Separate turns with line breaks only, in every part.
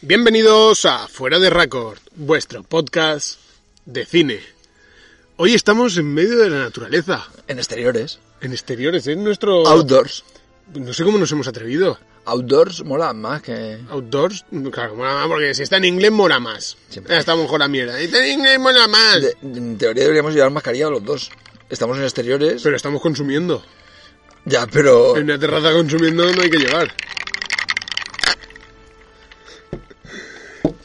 Bienvenidos a Fuera de Record, vuestro podcast de cine. Hoy estamos en medio de la naturaleza,
En exteriores.
en exteriores, en nuestro...
Outdoors.
No sé cómo nos hemos atrevido.
Outdoors mola más que...
Outdoors, claro, mola más porque si está en inglés mola más.
Siempre.
Está mejor la mierda. Está en inglés mola más.
De- en teoría deberíamos llevar mascarilla los dos. Estamos en exteriores.
Pero estamos consumiendo.
Ya, pero...
En una terraza consumiendo no hay que llevar.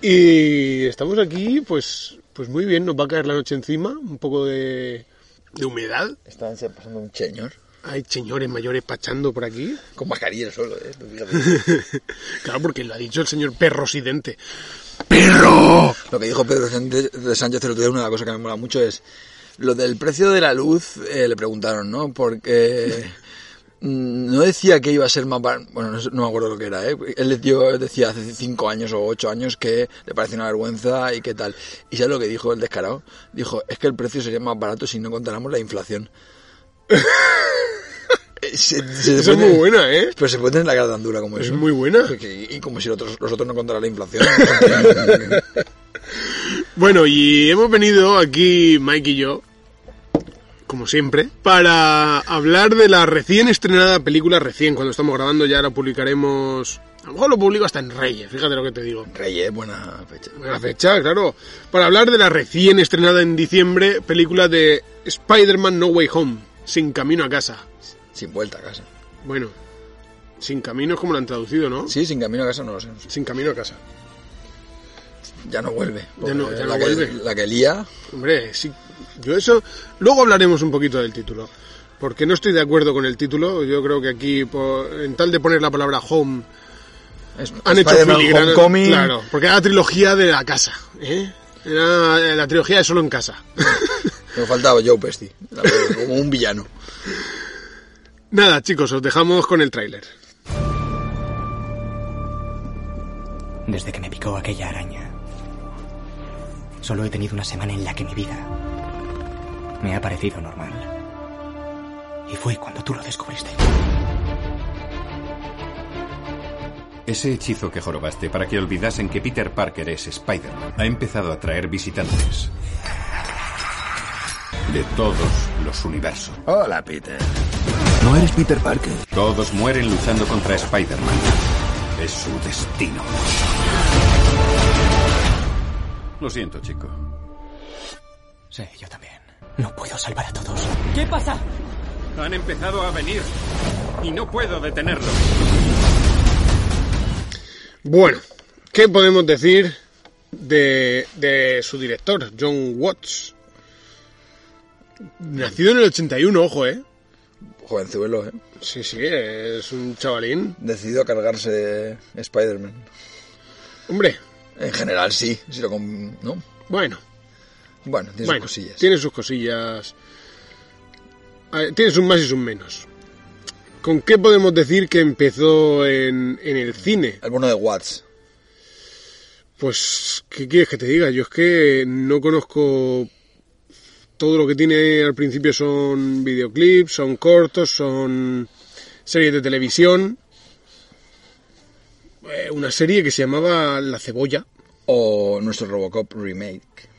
Y estamos aquí, pues, pues muy bien, nos va a caer la noche encima, un poco de, de humedad.
Estaban se- pasando un señor.
Hay señores mayores pachando por aquí.
Con mascarilla solo, ¿eh? Tú fíjate.
claro, porque lo ha dicho el señor perro sidente. ¡Perro!
Lo que dijo Pedro Sánchez- de Sánchez el otro día, una cosa que me mola mucho es lo del precio de la luz. eh, le preguntaron, ¿no? Porque mm, no decía que iba a ser más bar- Bueno, no, sé- no me acuerdo lo que era, ¿eh? Él le dio- decía hace cinco años o ocho años que le parecía una vergüenza y qué tal. ¿Y sabes lo que dijo el descarado? Dijo, es que el precio sería más barato si no contáramos la inflación. Eh, se- se
Esa es
pone-
muy buena, ¿eh?
Pero se puede tener la cara tan dura como
Es
eso.
muy buena.
Y, y como si los otros, los otros no contaran la inflación.
Bueno, y hemos venido aquí, Mike y yo, como siempre, para hablar de la recién estrenada película, recién, cuando estamos grabando ya la publicaremos, a lo mejor lo publico hasta en Reyes, fíjate lo que te digo.
Reyes, buena fecha.
Buena fecha, claro. Para hablar de la recién estrenada en diciembre película de Spider-Man No Way Home, Sin Camino a Casa.
Sin vuelta a casa.
Bueno, Sin Camino es como lo han traducido, ¿no?
Sí, sin camino a casa no lo sé.
Sin Camino a Casa.
Ya no vuelve.
Ya no-
porque
ya
la
no
que,
vuelve.
La que lía.
Hombre, sí. Yo eso. Luego hablaremos un poquito del título. Porque no estoy de acuerdo con el título. Yo creo que aquí, por- en tal de poner la palabra home,
Es,
han hecho
Spider-Man
filigrana.
Homecoming.
Claro, porque era la trilogía de la casa. ¿eh? Era la trilogía de solo en casa.
Me faltaba Joe Pesci. la verdad, Como un villano.
Nada, chicos, os dejamos con el tráiler.
Desde que me picó aquella araña. Solo he tenido una semana en la que mi vida me ha parecido normal. Y fue cuando tú lo descubriste.
Ese hechizo que jorobaste para que olvidasen que Peter Parker es Spider-Man ha empezado a atraer visitantes de todos los universos.
Hola, Peter. No eres Peter Parker.
Todos mueren luchando contra Spider-Man. Es su destino. Lo siento, chico.
Sí, yo también. No puedo salvar a todos.
Han empezado a venir y no puedo detenerlo.
Bueno, ¿qué podemos decir de, de su director, John Watts? Nacido en el 81, ojo, ¿eh?
Jovenzuelo, ¿eh?
Sí, sí, es un chavalín.
Decidido a cargarse Spider-Man.
Hombre,
En general, sí. Si lo con- ¿No?
bueno.
Bueno, tiene sus
bueno,
cosillas.
Tiene sus cosillas. A ver, Tiene sus más y sus menos. ¿Con qué podemos decir que empezó en, en el cine?
El bono de Watts.
Pues, ¿qué quieres que te diga? Yo es que no conozco todo lo que tiene al principio son videoclips, son cortos, son series de televisión. Eh, Una serie que se llamaba La Cebolla,
O nuestro Robocop remake.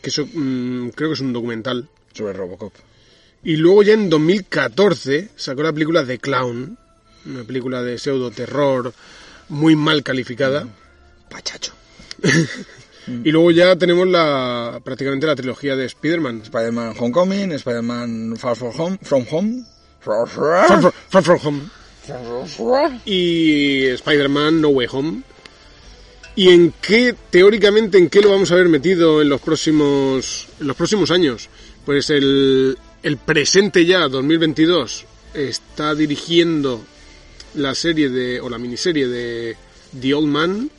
que eso mm, creo que es un documental.
Sobre Robocop.
Y luego ya en 2014 sacó la película The Clown, una película de pseudo terror muy mal calificada.
Pachacho.
Y luego ya tenemos la prácticamente la trilogía de Spider-Man.
Spider-Man Homecoming. Spider-Man Far From Home. From Home.
Far, Fro- Far From Home. Y Spider-Man No Way Home. ¿Y en qué, teóricamente, en qué lo vamos a ver metido en los próximos, en los próximos años? Pues el, el presente ya, 2022, está dirigiendo la serie de, o la miniserie de The Old Man.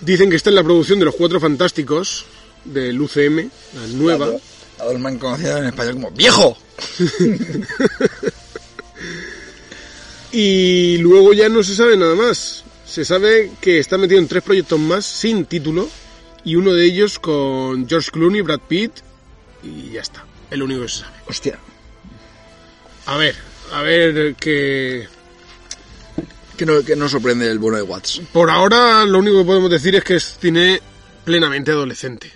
Dicen que está en la producción de Los Cuatro Fantásticos, del UCM, la nueva.
Adolman conocido en español como ¡Viejo!
Y luego ya no se sabe nada más. Se sabe que está metido en tres proyectos más sin título y uno de ellos con George Clooney, Brad Pitt y ya está. El único que se sabe.
Hostia.
A ver, a ver qué
Que no, que no sorprende el bueno de Watts.
Por ahora lo único que podemos decir es que es cine plenamente adolescente.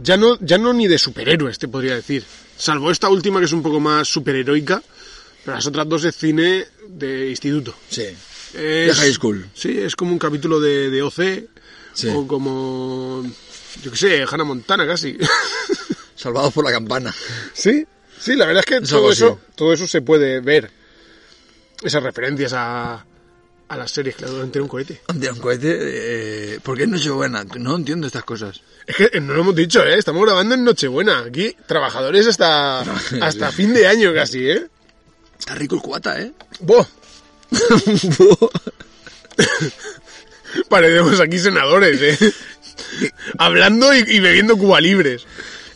Ya no, ya no ni de superhéroes, te podría decir. Salvo esta última que es un poco más superheroica, pero las otras dos es cine de instituto.
Sí.
Es-
De high school.
Sí, es como un capítulo de, de OC
Sí.
o como, yo qué sé, Hannah Montana casi.
Salvados por la campana.
Sí, sí, la verdad es que
Es
todo
algo
eso,
así.
todo eso se puede ver. Esas referencias a, a las series, claro, durante un cohete.
Ante un cohete, eh, ¿por qué no se buena? No entiendo estas cosas.
Es que eh, no lo hemos dicho, ¿eh? Estamos grabando en Nochebuena. Aquí, trabajadores hasta, hasta fin de año casi, ¿eh?
Está rico el cubata, ¿eh?
¡Boh! Parecemos aquí senadores, ¿eh? Hablando y, y bebiendo Cuba Libres.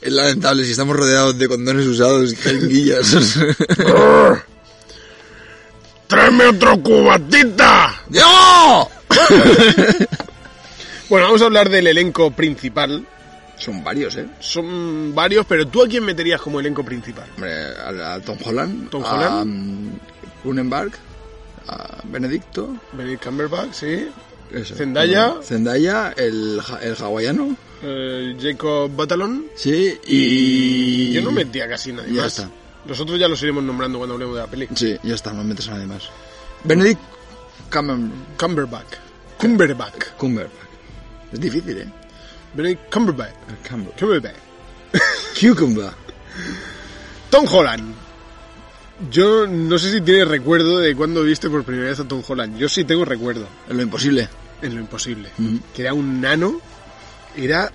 es lamentable si estamos rodeados de condones usados y jeringuillas.
¡Tráeme otro cubatita!
¡No!
Bueno, vamos a hablar del elenco principal.
Son varios, ¿eh?
Son varios, pero ¿tú a quién meterías como elenco principal?
Hombre, a, a Tom Holland.
Tom
A um, Cronenberg. A Benedicto.
Benedict Cumberbatch, sí.
eso.
Zendaya.
Zendaya, el, ja- el hawaiano.
Eh, Jacob Batalon.
Sí, y...
Yo no metía casi nadie
Ya
más.
está.
Nosotros ya los iremos nombrando cuando hablemos de la peli.
Sí, ya está, no metes a nadie más. Benedict Cumber...
Cumberbatch. Cumberbatch.
Cumberbatch. Es difícil, ¿eh?
Benedict Cumberbatch.
Cumber...
Cumberbatch.
Cucumber.
Tom Holland. Yo no sé si tienes recuerdo de cuando viste por primera vez a Tom Holland. Yo sí tengo recuerdo.
Lo imposible.
En lo imposible.
Ujú.
Que era un nano. Era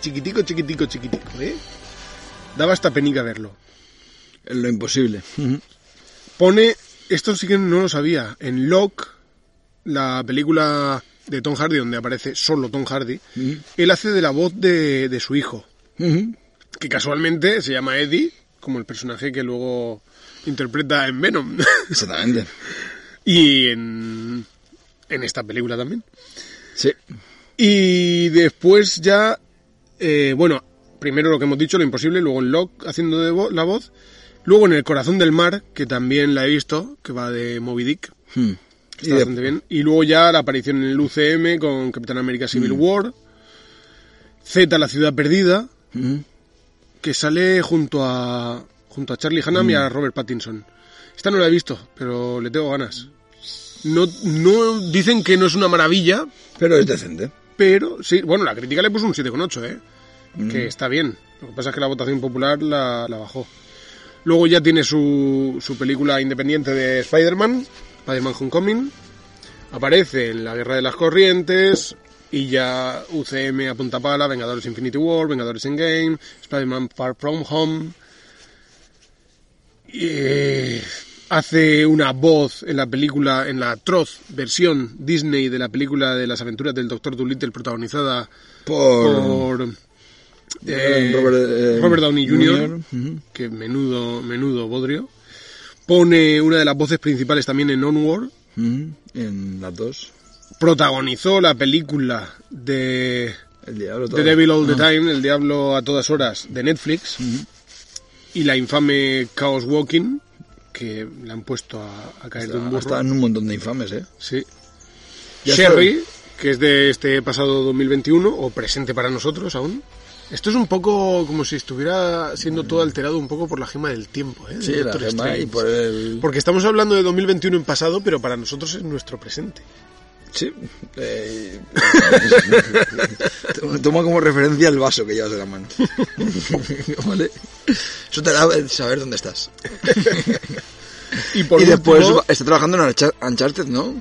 chiquitico, chiquitico, chiquitico, ¿eh? Daba hasta penica verlo.
Lo imposible.
Pone, esto sí que no lo sabía, en Locke, la película de Tom Hardy, donde aparece solo Tom Hardy, él hace de la voz de, de su hijo, que casualmente se llama Eddie, como el personaje que luego interpreta en Venom,
Exactamente.
y en, en esta película también.
Sí.
Y después ya, eh, bueno, primero lo que hemos dicho, lo imposible, luego en Locke haciendo de vo- la voz, luego en El Corazón del Mar, que también la he visto, que va de Moby Dick,
Mm.
Está
Y de-
bastante bien. Y luego ya la aparición en el UCM con Capitán América Civil War. Z, la ciudad perdida,
Mm.
que sale junto a junto a Charlie Hunnam y a
Mm.
Robert Pattinson. Esta no la he visto, pero le tengo ganas. No, no dicen que no es una maravilla,
Pero es decente.
pero sí, bueno, la crítica le puso un 7,8, ¿eh? Que está bien. Lo que pasa es que la votación popular la, la bajó. Luego ya tiene su, su película independiente de Spider-Man, Spider-Man Homecoming. Aparece en La Guerra de las Corrientes y ya UCM apunta pala, Vengadores Infinity War, Vengadores Endgame, Spider-Man Far From Home. Y, eh, hace una voz en la película, en la atroz versión Disney de la película de las aventuras del Doctor Dolittle protagonizada
Por...
por eh,
Robert, eh,
Robert Downey Jr.,
Jr., ujú.
que menudo, menudo bodrio. Pone una de las voces principales también en Onward.
Mm. En las dos.
Protagonizó la película de
El diablo.
The
todavía.
Devil All the
Ah.
Time, El Diablo a todas horas, de Netflix. Y la infame Chaos Walking, que le han puesto a, a caer de un
Está-
burro.
Están un montón de infames, ¿eh?
Sí.
Ya
Sherry, que es de este pasado 2021, o presente para nosotros aún. Esto es un poco como si estuviera siendo todo alterado un poco por la gema del tiempo, ¿eh? de
Sí, la
Doctor
gema
Strange.
y por el...
Porque estamos hablando de 2021 en pasado, pero para nosotros es nuestro presente.
Sí. Eh, Toma como referencia el vaso que llevas de la mano. vale. Eso te da el saber dónde estás.
Y por
y
último,
después va- está trabajando en Uncha- Uncharted, ¿no?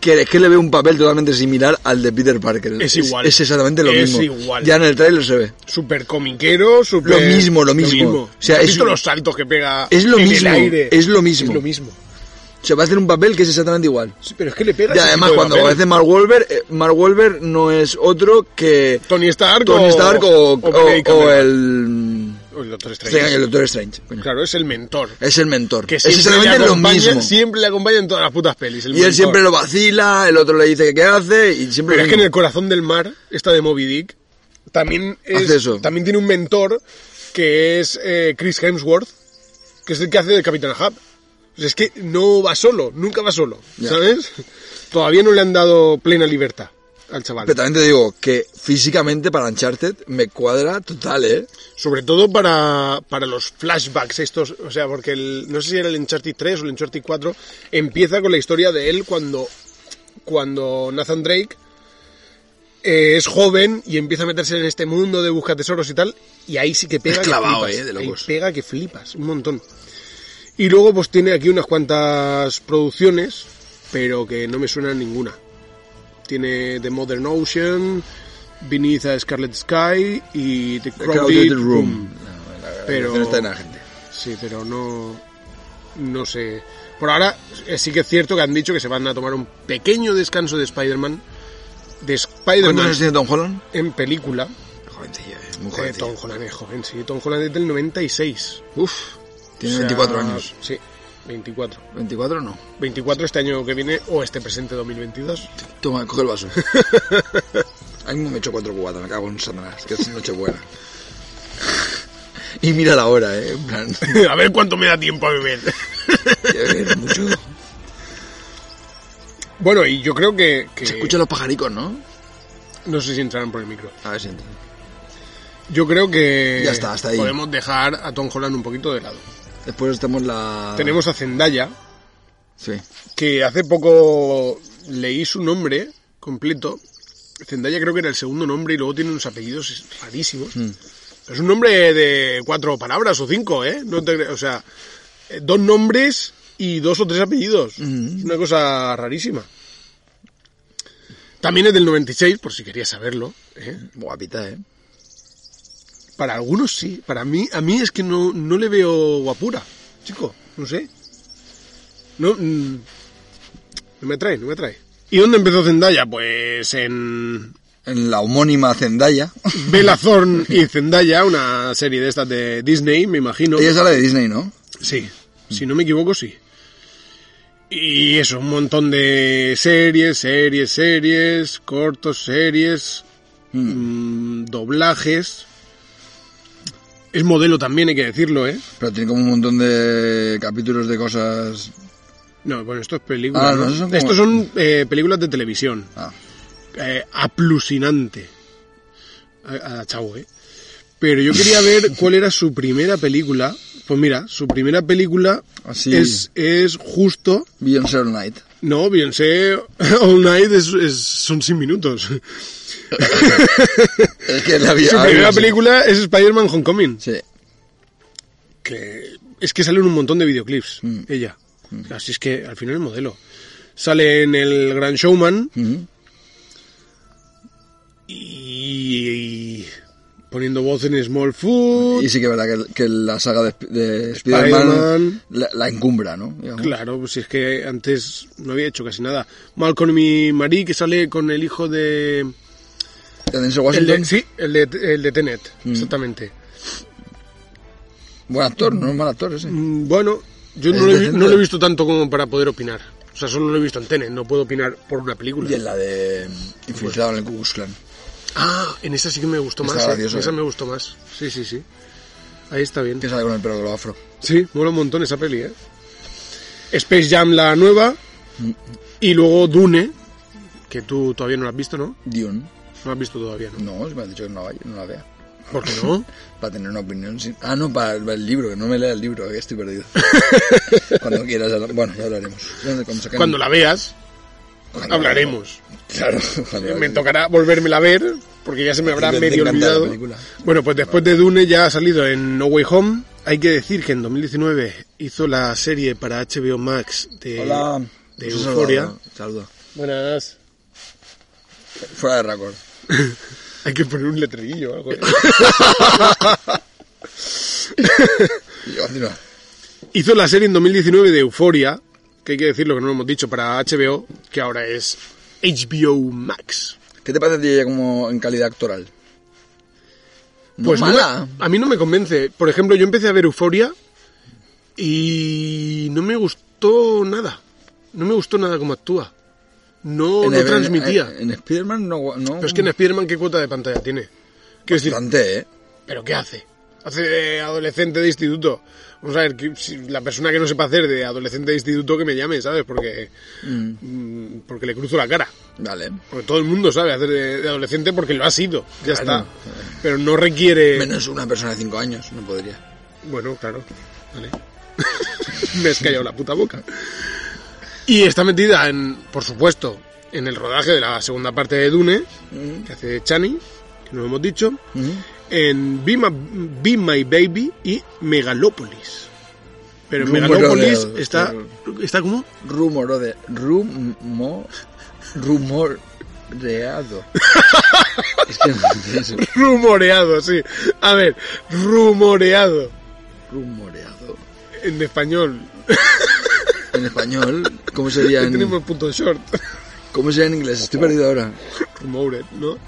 Que es que le veo un papel totalmente similar al de Peter Parker.
Es igual.
Es, exactamente lo
Es
mismo.
igual.
Ya en el trailer se ve.
super comiquero, super...
Lo mismo, lo mismo.
O
O sea, es-
visto los saltos que pega
Es lo
en
mismo,
el aire?
es lo mismo.
Es lo mismo.
Se va a hacer un papel que es exactamente igual.
Sí, pero es que le pega
Y
ese
además,
tipo de
cuando
papel.
aparece Mark Wahlberg, eh, Mark Wahlberg no es otro que
Tony Stark
Tony
o-
Stark o,
o
o-
Benedict
o
Cumberbatch.
el...
O el Doctor Strange.
Strange, el Doctor Strange. coño.
Claro, es el mentor.
Es el mentor.
que
es
siempre
exactamente
le
lo
acompaña,
mismo.
siempre le acompaña en todas las putas pelis. el
Y él
mentor.
siempre lo vacila, el otro le dice que qué hace y siempre...
Pero es
lo
que en el
mismo.
corazón del mar, esta de Moby Dick, también es-
Hace eso.
también tiene un mentor que es eh, Chris Hemsworth, que es el que hace de Capitán Hub. Es que no va solo, nunca va solo,
Ya.
¿sabes? Todavía no le han dado plena libertad al chaval.
Pero también te digo que físicamente para Uncharted me cuadra total, ¿eh?
Sobre todo para, para los flashbacks estos, o sea, porque el- no sé si era el Uncharted 3 o el Uncharted 4, empieza con la historia de él cuando, cuando Nathan Drake eh, es joven y empieza a meterse en este mundo de busca tesoros y tal, y ahí sí que pega.
Es clavado,
que flipas.
eh, de
Ahí
locos.
pega que flipas, un montón. Y luego pues tiene aquí unas cuantas producciones, pero que no me suena ninguna. Tiene The Modern Ocean, Beneath a Scarlet Sky y The Crowded, Room.
No, la- la
Pero-
pero... está en la gente.
Sí, pero no. No sé. Por ahora eh, sí que es cierto que han dicho que se van a tomar un pequeño descanso de Spider-Man. De
¿Cuántos
Spider-Man
años tiene Tom Holland?
en película.
Jovencillo, eh, muy
Eh, Tom
jovencillo.
Holland es joven, sí. Tom Holland es del 96.
Uf, tiene
O sea,
24 años.
Sí, 24.
¿24 no?
24 este año que viene o este presente 2022.
Toma, coge el vaso. A mí me echo cuatro cubatas, me cago en Satanás, que es noche buena. Y mira la hora, ¿eh? En plan, eh,
a ver cuánto me da tiempo a beber.
es mucho.
bueno, y yo creo que. que-
Se escuchan los pajaricos, ¿no?
No sé si entrarán por el micro.
A ver si entra.
Yo creo que.
Ya está, hasta ahí.
Podemos dejar a Tom Holland un poquito de lado.
Después estamos la...
Tenemos a Zendaya,
Sí.
que hace poco leí su nombre completo. Zendaya creo que era el segundo nombre y luego tiene unos apellidos rarísimos. Es un nombre de cuatro palabras o cinco, ¿eh? No te cre- o sea, eh, dos nombres y dos o tres apellidos. Es una cosa rarísima. También es del 96, por si querías saberlo. ¿eh?
Guapita, ¿eh?
Para algunos sí, para mí, a mí es que no, no le veo guapura, chico, no sé. No, mm, no me trae, no me trae. ¿Y dónde empezó Zendaya? Pues en
En la homónima Zendaya.
Bella Thorne y Zendaya, una serie de estas de Disney, me imagino.
Ella es la de Disney, ¿no?
Sí, si no me equivoco, sí. Y eso, un montón de series, series, series, cortos, series, mm, doblajes. Es modelo también, hay que decirlo, ¿eh?
Pero tiene como un montón de capítulos de cosas...
No, bueno, esto es película.
Ah,
¿no?
no, eso son como-
Estos son eh, películas de televisión.
Ah.
Eh, aplucinante. A, a Chavo, ¿eh? Pero yo quería ver cuál era su primera película. Pues mira, su primera película
Así.
es, es justo
Beyond Zero Night.
No, Beyoncé All Night es, es- son 100 minutos.
Es que la había...
Su
había-
primera película es Spider-Man Homecoming.
Sí.
Que es que sale en un montón de videoclips,
Mm.
ella. Así es que al final es modelo. Sale en El Gran Showman
Ujú.
y, y poniendo voz en Small Food.
Y sí que es verdad que, que la saga de, Sp- de Spider-Man
Spider-Man.
la, la encumbra, ¿no? Digamos.
Claro, pues si es que antes no había hecho casi nada. Malcolm y Marie, que sale con el hijo de...
¿La Denzel
El
Washington, Mm.
de sí, el de, el de Tenet, exactamente.
buen actor, no es mal actor ese.
Mm, Bueno, yo
Es
no lo, he, vi-
decente.
no lo he visto tanto como para poder opinar. O sea, solo lo he visto en Tenet, no puedo opinar por una película.
Y en la de mm, Infiltrado en el Ku Klux Klan.
Ah, en esa sí que me gustó
Está
más. eh.
gracioso,
En esa
eh.
me gustó más. Sí, sí, sí. Ahí está bien.
Que sale con el pelo de lo afro.
Sí, mola un montón esa peli, ¿eh? Space Jam, la nueva. Y luego Dune, que tú todavía no la has visto, ¿no?
Dune.
No la has visto todavía, ¿no?
No, si me han dicho que no la, vaya- no la vea.
¿Por qué no?
Para tener una opinión. sin- Ah, no, para, para el libro, que no me lea el libro, que estoy perdido. Cuando quieras, habla- bueno, ya hablaremos. Ya Cuando, saquen-
Cuando la veas,
cuando-
hablaremos.
Claro, cuando-
Me tocará volvérmela a ver, porque ya se me habrá
Te
medio
encanta la
olvidado.
película.
Bueno, pues después de Dune ya ha salido en No Way Home. Hay que decir que en 2019 hizo la serie para HBO Max de,
Hola.
de
Pues un saludo,
Euforia.
Saludo.
Buenas.
Fuera de récord.
Hay que poner un letrerillo o algo. ¿eh?
Y continúa.
hizo la serie en 2019 de Euforia, que hay que decir lo que no lo hemos dicho para HBO, que ahora es HBO Max.
¿Qué te parece a ti ella como en calidad actoral? No
Pues no
mala.
me- a mí no me convence. Por ejemplo, yo empecé a ver Euforia y no me gustó nada. No me gustó nada cómo actúa. No, no
En- en-
transmitía.
En, en Spider-Man no... no Pues
Pero es que en Spider-Man, ¿qué cuota de pantalla tiene? Quiero decir,
Bastante, ¿eh?
¿pero qué hace? hace de adolescente de instituto. Vamos a ver, que si la persona que no sepa hacer de adolescente de instituto que me llame, ¿sabes? Porque, mm, porque le cruzo la cara.
Vale.
Porque todo el mundo sabe hacer de, de adolescente porque lo ha sido. Ya está. Pero no requiere...
Menos una persona de 5 años, no podría.
Bueno, claro. Vale. Me has callado la puta boca. Y está metida en, por supuesto, en el rodaje de la segunda parte de Dune, que hace Chani, que no lo hemos dicho, en Be My, Be My Baby y Megalópolis. Pero en
Rumbo
Megalópolis
rodeado,
está, está como
Rumor de. Rumo. Rumoreado. es que no entiendo.
rumoreado, sí. A ver, rumoreado.
Rumoreado.
En español,
En español, ¿cómo sería
que
en,
tenemos punto short.
¿cómo sería en inglés? Estoy perdido ahora.
Rumored, ¿no?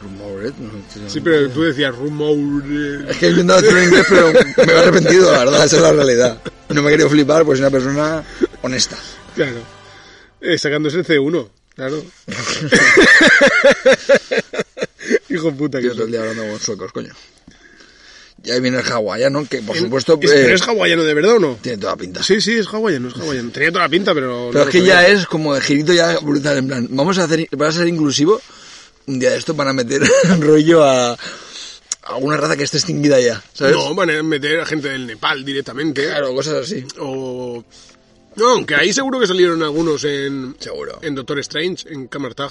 Rumored, no, no
Sí, pero tú decías rumored.
Es que he intentado hacerlo en inglés, pero me he arrepentido, la verdad, esa es la realidad. No me he querido flipar, pues soy una persona honesta.
Claro. Eh, sacándose el C1, claro. Hijo de puta que
Yo todo
soy.
el día hablando con suecos, coño. Y ahí viene el hawaiano, que por supuesto
¿Es,
eh,
¿Pero es hawaiano de verdad o no?
tiene toda pinta.
Sí, sí, es hawaiano, es hawaiano. Tenía toda la pinta, pero...
Pero es que ya es como de girito ya brutal, en plan, vamos a hacer, va a ser inclusivo, un día de esto van a meter rollo a, a una raza que esté extinguida ya, ¿sabes?
No, eh. van a meter a gente del Nepal directamente.
Claro, cosas así,
O... No, aunque ahí seguro que salieron algunos en...
seguro.
En Doctor Strange, en Kamertag.
Eh,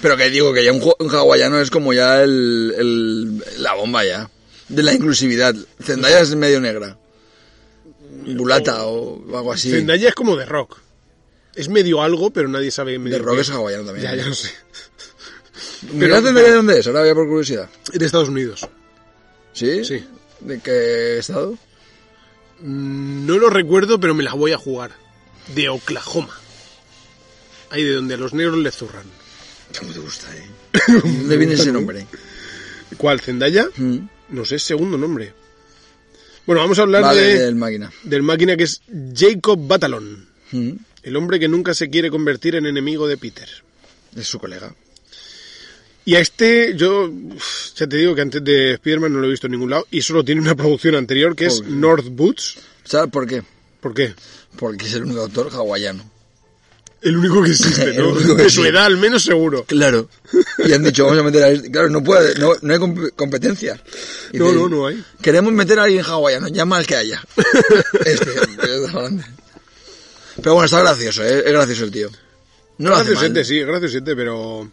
Pero que digo que ya un, ju- un hawaiano es como ya el, el- la bomba ya, de la inclusividad. Zendaya es medio negra, mulata o, algo así.
Mm, Zendaya es como de rock. Es medio algo, pero nadie sabe medio
De rock
qué.
es hawaiano también.
Ya, ya lo sé.
Mira
Pero-
Zendaya de dónde es, ahora voy a por curiosidad.
De Estados Unidos.
¿Sí?
Sí.
¿De qué estado?
Mm, No lo recuerdo, pero me las voy a jugar. De Oklahoma. Ahí de donde a los negros les zurran.
¿Cómo te gusta, eh? ¿Dónde viene ese nombre?
¿Cuál? ¿Zendaya?
Mm.
No sé, segundo nombre. Bueno, vamos a hablar
Vale,
de-
del máquina.
del máquina que es Jacob Batalon.
Mm.
El hombre que nunca se quiere convertir en enemigo de Peter.
Es su colega.
Y a este, yo uf, ya te digo que antes de Spider-Man no lo he visto en ningún lado. Y solo tiene una producción anterior que es
Pobre.
North Boots.
¿Sabes por qué?
¿Por qué?
Porque es el único autor hawaiano.
El único que existe,
El
¿no?
único que
de su
existe.
edad, al menos seguro.
Claro. Y han dicho, vamos a meter a este. Claro, no puede, no, no hay comp- competencia. Y
No,
dicen,
no, no hay.
Queremos meter a alguien hawaiano, llama al que haya. Este, este grande. Pero bueno, está gracioso, ¿eh? es gracioso el tío. No lo hace mal.
Graciosete, sí, graciosete, pero...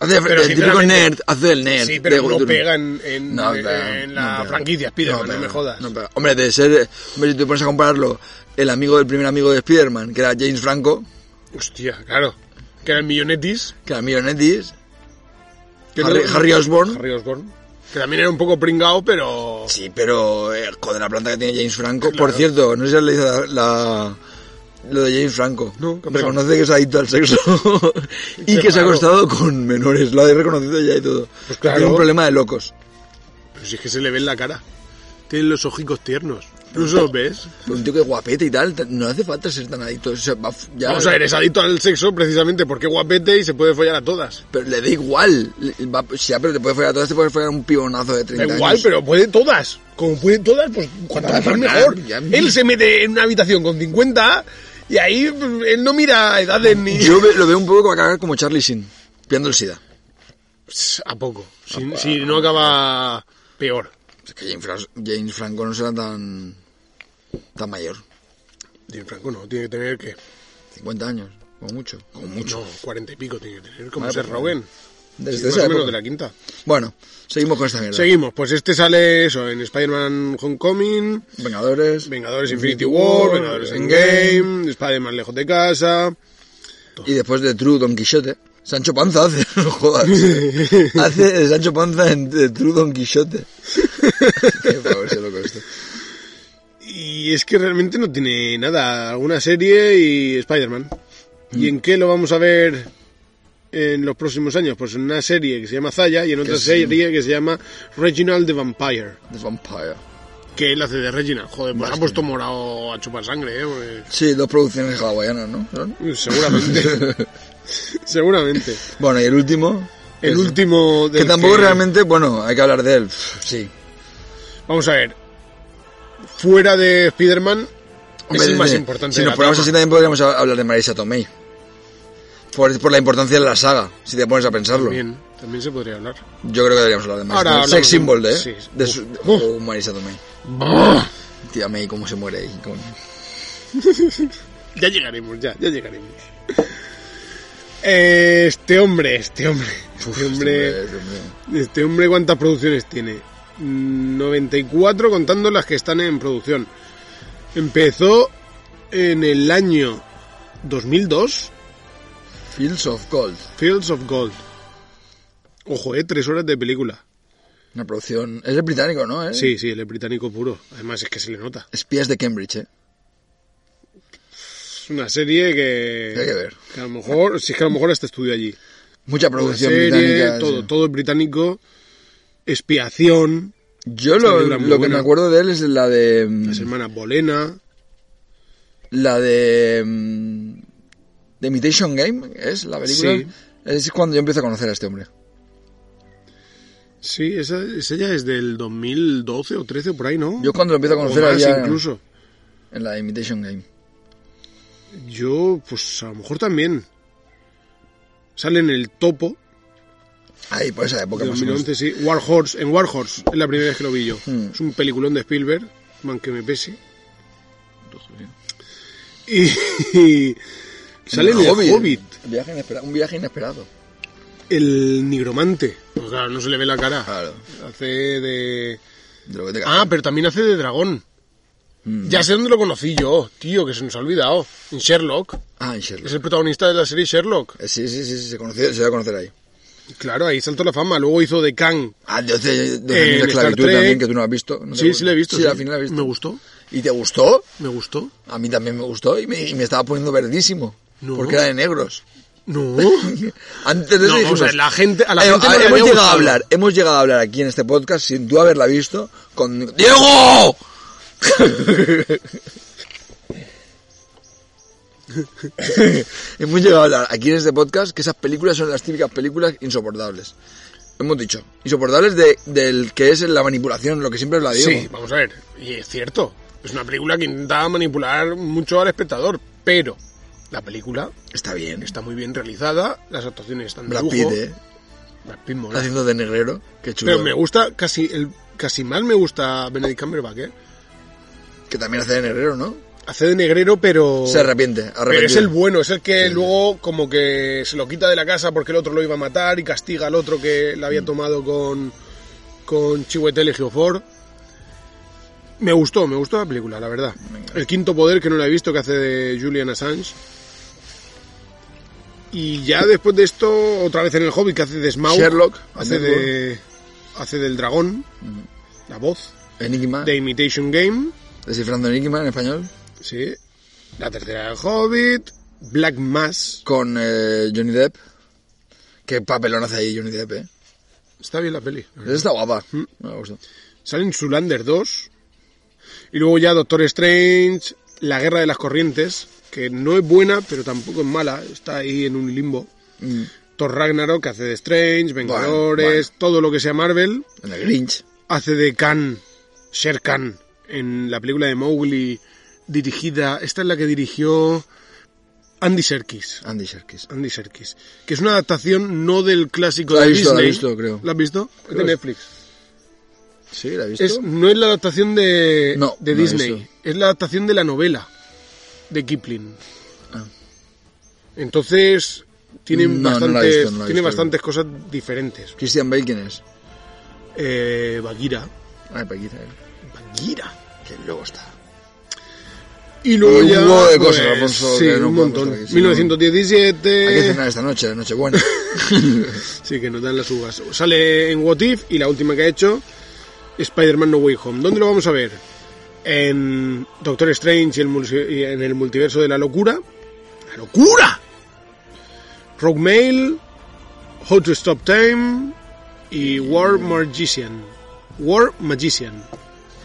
Hace
Pero
el típico
sinceramente-
nerd, hace el nerd.
Sí, pero
de
no
Guturno.
pega en, en- eh,
No,
en
claro,
la
no pega.
franquicia Spider-Man, no,
pega,
me jodas.
no pega. hombre, de ser, hombre, si te pones a compararlo, el amigo del primer amigo de Spider-Man, que era James Franco,
Hostia, claro. Que era el Millonetis.
que era Millonetis,
que
Harry,
no-
Harry Osborn.
Harry Osborn. Que también era un poco pringado, pero...
Sí, pero eh, joder, la planta que tiene James Franco. Por cierto, no sé si has leído la, la- lo de James Franco.
No,
que
no.
reconoce que es adicto al sexo y
Qué
que se ha
raro.
acostado con menores. Lo ha reconocido ya y todo.
Pues claro.
Tiene un problema de locos.
Pero si es que se le ve en la cara. Tiene los ojicos tiernos. ¿No se los ves?
Pero un tío que es guapete y tal, t- no hace falta ser tan adicto. o sea, va f- ya-
Vamos a ver, es adicto al sexo precisamente porque es guapete y se puede follar a todas.
Pero le da igual. Le- va- sí, ya, pero te puede follar a todas, te puede follar a un pibonazo de 30
Da
años.
igual, pero puede todas. Como puede todas, pues cuantas más
Pues nada,
mejor.
ya-
Él se mete en una habitación con 50 y ahí pues, él no mira edades ni...
Yo ve- lo veo un poco que va a cagar como Charlie Sin, pillando el SIDA.
A poco. Si, si no acaba peor.
Es que James, Fras- James Franco no será tan, tan mayor.
Jim Franco no, tiene que tener que...
50 años, como mucho. Como mucho.
No, 40 y pico tiene que tener, como
Vale,
ser
pues,
Rogen. Sí,
Desde
más
esa
o menos de
época.
la quinta.
Bueno, seguimos con esta mierda.
Seguimos, pues este sale eso, en Spider-Man Homecoming,
Vengadores.
Vengadores Infinity War, Vengadores Endgame, Spider-Man Lejos de Casa...
Y después de True Don Quixote. Sancho Panza hace, no jodas. hace de Sancho Panza en de True Don Quixote. Qué favor, se loco este. esto.
Y es que realmente no tiene nada, alguna serie y Spider-Man. ¿Y en qué lo vamos a ver en los próximos años? Pues en una serie que se llama Zaya y en otra
sí.
serie que se llama Reginald the Vampire.
The Vampire.
Que él hace de Reginald. Joder, pues ha puesto morado a chupar sangre, ¿eh? Porque-
Sí, dos producciones hawaianas, ¿no? ¿Son?
Seguramente. Seguramente.
Bueno, y el último.
El
es-
último...
Que
del
tampoco realmente, bueno, hay que hablar de él. Pff, Sí.
Vamos a ver. Fuera de Spider-Man, es el más
de-
importante.
Si
de
nos
la
ponemos
trama.
así también podríamos ha- hablar de Marisa Tomei. Por, por la importancia de la saga, si te pones a pensarlo.
También, también se podría hablar.
Yo creo que deberíamos hablar de Marisa
Ahora
Tomei.
hablamos
Sex
de-
symbol, de, ¿eh?
sí.
De su-
Uf.
oh, Marisa Tomei. Tía May, cómo se muere ahí. cómo-
Ya llegaremos, ya, ya llegaremos. Eh, Este hombre, este hombre, este
Uf,
hombre,
este hombre-
este hombre, ¿cuántas producciones tiene? Mm, 94 contando las que están en producción. Empezó en el año 2002,
Fields of Gold.
Fields of Gold. Ojo, eh, tres horas de película.
Una producción... Es el británico, ¿no? ¿Eh?
Sí, sí, el británico puro. Además es que se le nota.
Espías de Cambridge, ¿eh?
Es una serie que...
Hay que ver.
que a lo mejor, si es que a lo mejor hasta estudió allí.
Mucha
Una
producción
serie,
británica.
todo,
sí.
todo es británico. Expiación,
Yo
Esta
lo,
película es muy
lo que
buena.
me acuerdo de él es la de... mm,
las hermanas Bolena.
La de... mm, The Imitation Game, ¿es la película?
Sí.
Es cuando yo empiezo a conocer a este hombre.
Sí, esa, esa ya es del 2012 o 13 o por ahí, ¿no?
Yo cuando eh. lo empiezo a
O
conocer
más
había-
incluso.
En la de Imitation Game.
Yo, pues a lo mejor también. Sale en el topo
Ahí, por pues esa época
de
más o menos.
2011, sí. War Horse, en War Horse, es la primera vez que lo vi yo.
Hmm.
Es un peliculón de Spielberg, man que me pese. Y, y sale en el Hobbit.
Un viaje inesperado. Un viaje inesperado.
el nigromante. Pues claro, no se le ve la cara.
Claro.
Hace de...
De lo que te
Ah, pero también hace de dragón.
Mm.
Ya sé dónde lo conocí yo, tío, que se nos ha olvidado. En Sherlock.
Ah, en
Es
Sherlock.
el protagonista de la serie Sherlock.
Eh, Sí, sí, sí, sí, se, conoció, se dio a conocer ahí.
Claro, ahí saltó la fama. Luego hizo de Kang.
Ah, de hace de
Eh, en
la
Star
esclavitud
Trek.
también, que tú no has visto. ¿no te
Sí,
acuerdas?
sí, la he visto.
Sí,
sí.
al final la he visto.
Me gustó,
¿Y te gustó?
me gustó.
A mí también me gustó y me, y me estaba poniendo verdísimo.
No.
Porque era de negros.
No.
Antes de eso
No,
dijimos,
vamos a ver, la gente- a la gente no le
hemos
había
llegado a
gustado.
hablar, hemos llegado a hablar aquí en este podcast sin tú haberla visto con Diego. hemos llegado a hablar aquí en este podcast que esas películas son las típicas películas insoportables. Hemos dicho, insoportables de, del que es la manipulación, lo que siempre os la digo.
Sí, vamos a ver. Y es cierto. Es una película que intentaba manipular mucho al espectador. Pero la película
Está bien, está
está muy bien realizada. Las actuaciones están de
Brad
lujo.
Pitt, ¿eh?
Brad Pitt mola.
haciendo de negrero, qué chulo.
Pero me gusta casi... El, casi más me gusta Benedict Cumberbatch, ¿eh?
Que también hace de negrero, ¿no?
Hace de negrero, pero...
Se arrepiente, arrepentido.
Oh. Pero es el bueno, es el que luego como que se lo quita de la casa porque el otro lo iba a matar y castiga al otro que la había
Mm.
tomado con, con Chiwetel y Geofor. Me gustó, me gustó la película, la verdad. El quinto poder que no la he visto que hace de Julian Assange. Y ya después de esto, otra vez en el Hobbit que hace de Smaug.
Sherlock, Mm.
Hace de. Hace del dragón. La voz.
Enigma.
De Imitation Game.
Descifrando Enigma en español.
Sí. La tercera del Hobbit. Black Mass.
Con eh, Johnny Depp. Qué papelón hace ahí Johnny Depp, eh.
Está bien la peli.
Esa está guapa. Me ha gustado.
Salen Sulander 2. Y luego ya Doctor Strange, La Guerra de las Corrientes, que no es buena, pero tampoco es mala. Está ahí en un limbo.
Mm.
Thor Ragnarok hace de Strange, Vengadores, todo lo que sea Marvel.
En el Grinch.
Hace de Khan, Sher Khan, en la película de Mowgli, dirigida... Esta es la que dirigió Andy Serkis.
Andy Serkis.
Andy Serkis. Que es una adaptación no del clásico
La he
de
visto, la he
Disney.
visto, creo.
¿La has visto? Es de
que-
Netflix.
Sí, ¿la he visto?
Es, no es la adaptación de,
No,
de
no
Disney,
eso.
es la adaptación de la novela de Kipling. Entonces tienen
Ah. No, no la he
bastantes,
visto, no la he
tiene
visto.
bastantes cosas diferentes.
Christian Bale, ¿quién es?
Eh, Bagheera.
Ay, Paquita. eh.
Bagheera.
Que luego está.
Y luego
Un
ya.
huevo de cosas, Alfonso,
sí,
que no
un
podemos
montón.
estar aquí, si no- Hay que
1917.
cenar esta noche, la noche buena.
sí, que nos dan las uvas. Sale en What If y la última que ha hecho, Spider-Man No Way Home. ¿Dónde lo vamos a ver? En Doctor Strange y, el multi- y en el multiverso de la locura. ¡La locura! Rogue Mail, How to Stop Time y War Magician. War Magician.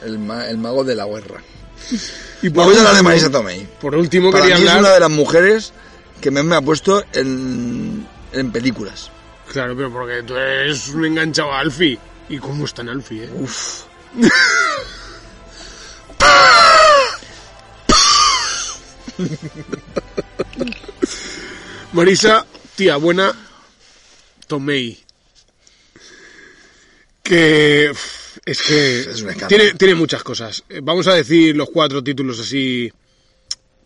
el, ma- el mago de la guerra.
Y por,
Vamos a hablar de
último-
Marisa Tomei.
por último
Para mí
quería
es
hablar...
una de las mujeres que más me ha puesto en, en películas.
Claro, pero porque tú eres un enganchado a Alfie. ¿Y cómo está en Alfie, eh?
Uf.
Marisa, tía buena, Tomei. Que uf, es que
Es un escándalo.
tiene, tiene muchas cosas. Eh, Vamos a decir los cuatro títulos así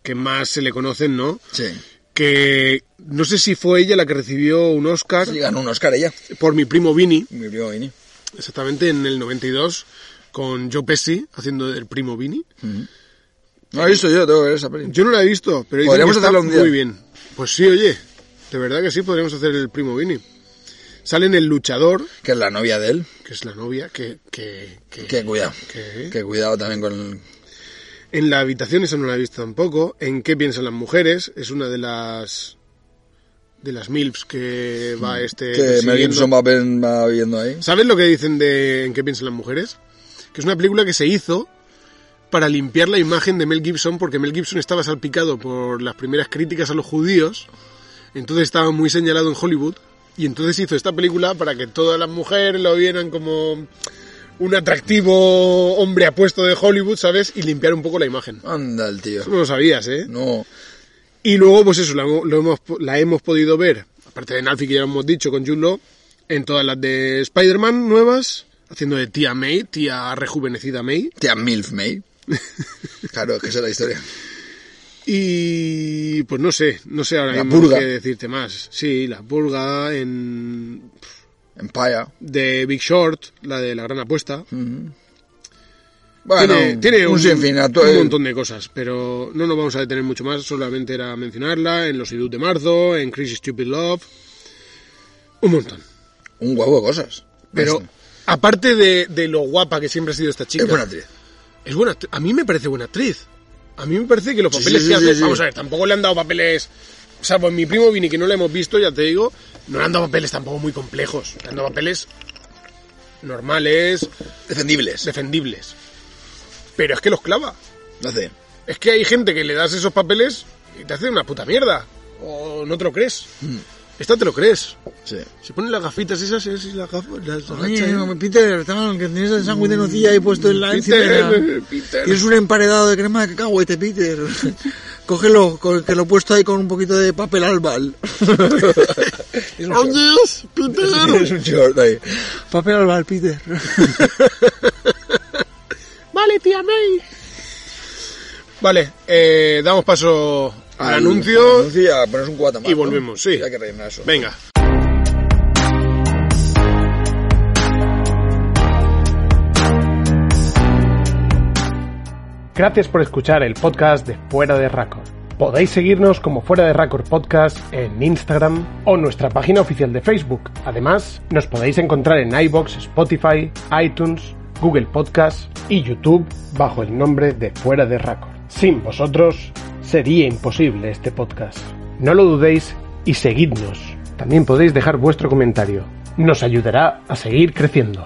que más se le conocen, ¿no?
Sí.
Que no sé si fue ella la que recibió un Oscar
Sí, ganó un Oscar ella,
por mi primo Vini,
mi primo Vini.
exactamente en el 92, con Joe Pesci haciendo el primo Vini.
No la he visto yo, tengo que ver esa película.
Yo no la he visto, pero dicen
Podríamos
que está
hacerla un día.
muy bien. Pues sí, oye, de verdad que sí podríamos hacer el primo Vini. Sale en El Luchador,
Que es la novia de él.
que es la novia, que... que, que-
Que cuidado.
que-
Que cuidado también con... el-
Eh, En La Habitación, esa no la he visto tampoco. En ¿Qué piensan las mujeres? Es una de las... De las MILFs que va este...
Mm. Que Mel
persiguiendo.
Gibson va, ven- va viviendo ahí.
¿Sabes lo que dicen de En qué piensan las mujeres? Que es una película que se hizo para limpiar la imagen de Mel Gibson, porque Mel Gibson estaba salpicado por las primeras críticas a los judíos, entonces estaba muy señalado en Hollywood, y entonces hizo esta película para que todas las mujeres lo vieran como un atractivo hombre apuesto de Hollywood, ¿sabes? Y limpiar un poco la imagen.
Anda el tío.
Eso no lo sabías, ¿eh?
No.
Y luego, pues eso, la, hemo- lo hemos, po- la hemos podido ver, aparte de Nalfi, que ya lo hemos dicho, con Jude Law, en todas las de Spider-Man nuevas, haciendo de tía May, tía rejuvenecida May.
Tía Milf May. Claro, es que esa es la historia.
Y pues no sé, no sé ahora
La
mismo
purga.
qué decirte más. Sí, la purga en
Empire.
de Big Short, la de la gran apuesta.
Bueno,
tiene, tiene
un, sinfín. eh, actu-
un montón de cosas, pero no nos vamos a detener mucho más, solamente era mencionarla en Los Idus de marzo, en Crazy Stupid Love, un montón.
un huevo de cosas.
Pero
Es-
aparte de, de lo guapa que siempre ha sido esta chica,
Este. Es buena actriz.
es buena actri- A mí me parece buena actriz. A mí me parece que los papeles
sí,
que
sí,
hace,
sí.
vamos a ver, tampoco le han dado papeles, salvo en mi primo Vini que no lo hemos visto, ya te digo, no le han dado papeles tampoco muy complejos, le han dado papeles normales,
Defendibles.
defendibles. Pero es que los clava.
Lo hace bien.
Es que hay gente que le das esos papeles y te hace una puta mierda. O no te lo crees.
Hmm.
Esta te lo crees.
Sí.
Se ponen las gafitas esas, esas y las gafas, las agacha y-
Oye, Peter, tal, que tienes el sándwich de nocilla ahí puesto en la
Peter,
encimera.
Peter.
Tienes un emparedado de crema de cacahuete, Peter. Cógelo, co- que lo he puesto ahí con un poquito de papel albal. Tienes un short.
Dios, Peter!
Tienes un short ahí. Papel albal, Peter.
vale, tía May. Vale, eh, damos paso al, anuncio.
Anuncia, pones un cuata más,
Y
¿no?
volvemos, sí.
Hay que rellenar eso.
Venga.
Gracias por escuchar el podcast de Fuera de Raccord. Podéis seguirnos como Fuera de Raccord Podcast en Instagram o nuestra página oficial de Facebook. Además, nos podéis encontrar en iBox, Spotify, iTunes, Google Podcast y YouTube bajo el nombre de Fuera de Raccord. Sin vosotros sería imposible este podcast. No lo dudéis y seguidnos. También podéis dejar vuestro comentario. Nos ayudará a seguir creciendo.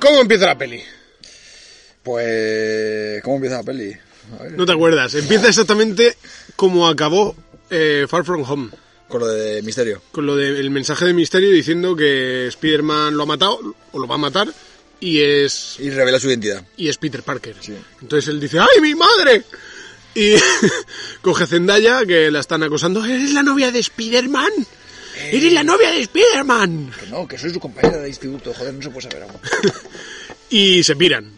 ¿Cómo empieza la peli?
Pues... ¿Cómo empieza la peli? A ver.
No te acuerdas. Empieza exactamente como acabó eh, Far From Home.
Con lo de misterio.
Con lo del mensaje de misterio diciendo que Spider-Man lo ha matado, o lo va a matar, y es,
Y revela su identidad.
y es Peter Parker. Entonces él dice, ¡ay, mi madre! Y coge a Zendaya, que la están acosando, ¡eres la novia de Spider-Man! ¡Eres la novia de Spider-Man!
Que no, que soy su compañera de instituto. Joder, no se puede saber aún.
Y se piran.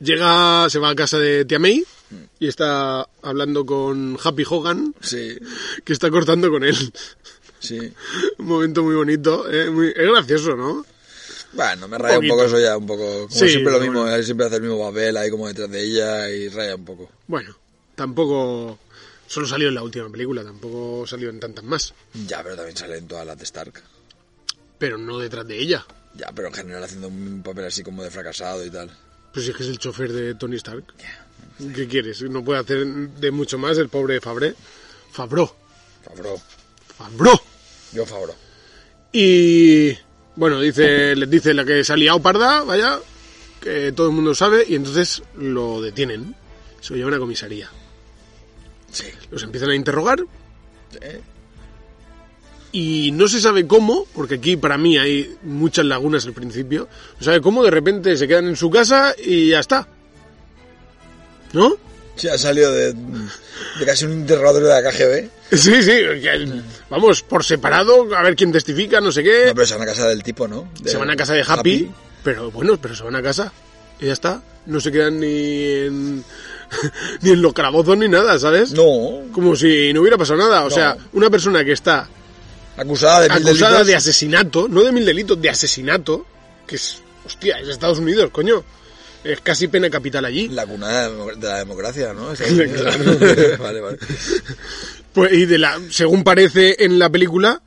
Llega, se va a casa de Tia May y está hablando con Happy Hogan,
Sí,
que está cortando con él.
sí.
Un momento muy bonito, eh, muy- es gracioso, ¿no?
Bueno, me raya un
Poquito.
poco eso ya, un poco. Como
Sí,
siempre lo
pero
mismo, él siempre hace el mismo papel ahí como detrás de ella y raya un poco.
Bueno, tampoco... Solo salió en la última película, tampoco salió en tantas más.
Ya, pero también sale en todas las de Stark.
Pero no detrás de ella.
Ya, pero en general haciendo un papel así como de fracasado y tal.
Pues si es que es el chofer de Tony Stark. ¿Qué quieres? No puede hacer de mucho más el pobre Fabré. Fabro.
Fabro,
Fabro.
yo Fabro.
Y bueno, dice, les dice la que se ha liado parda, vaya, eh, todo el mundo lo sabe y entonces lo detienen. Se lo llevan a comisaría.
Sí.
Los empiezan a interrogar. Y no se sabe cómo, porque aquí para mí hay muchas lagunas al principio. No sabe cómo, de repente se quedan en su casa y ya está. ¿No?
Sí, ha salido de, de casi un interrogatorio de la
Eh.
KGB.
Sí, sí. que- Vamos, por separado, a ver quién testifica, no sé qué.
No, pero se van a casa del tipo, ¿no? De-
se van a casa de Happy, pero bueno, pero se van a casa y ya está. No se quedan ni en, ni en los calabozos ni nada, ¿sabes?
No,
Como si no hubiera pasado nada. O
No.
sea, una persona que está
acusada de mil
acusada
delitos.
de asesinato, no de mil delitos, de asesinato, que es, hostia, es Estados Unidos, coño. Es casi pena capital allí.
La cuna de la democ- de la democracia, ¿no? Estados
Sí,
Unidos. vale, vale.
Pues, y de la, según parece en la película,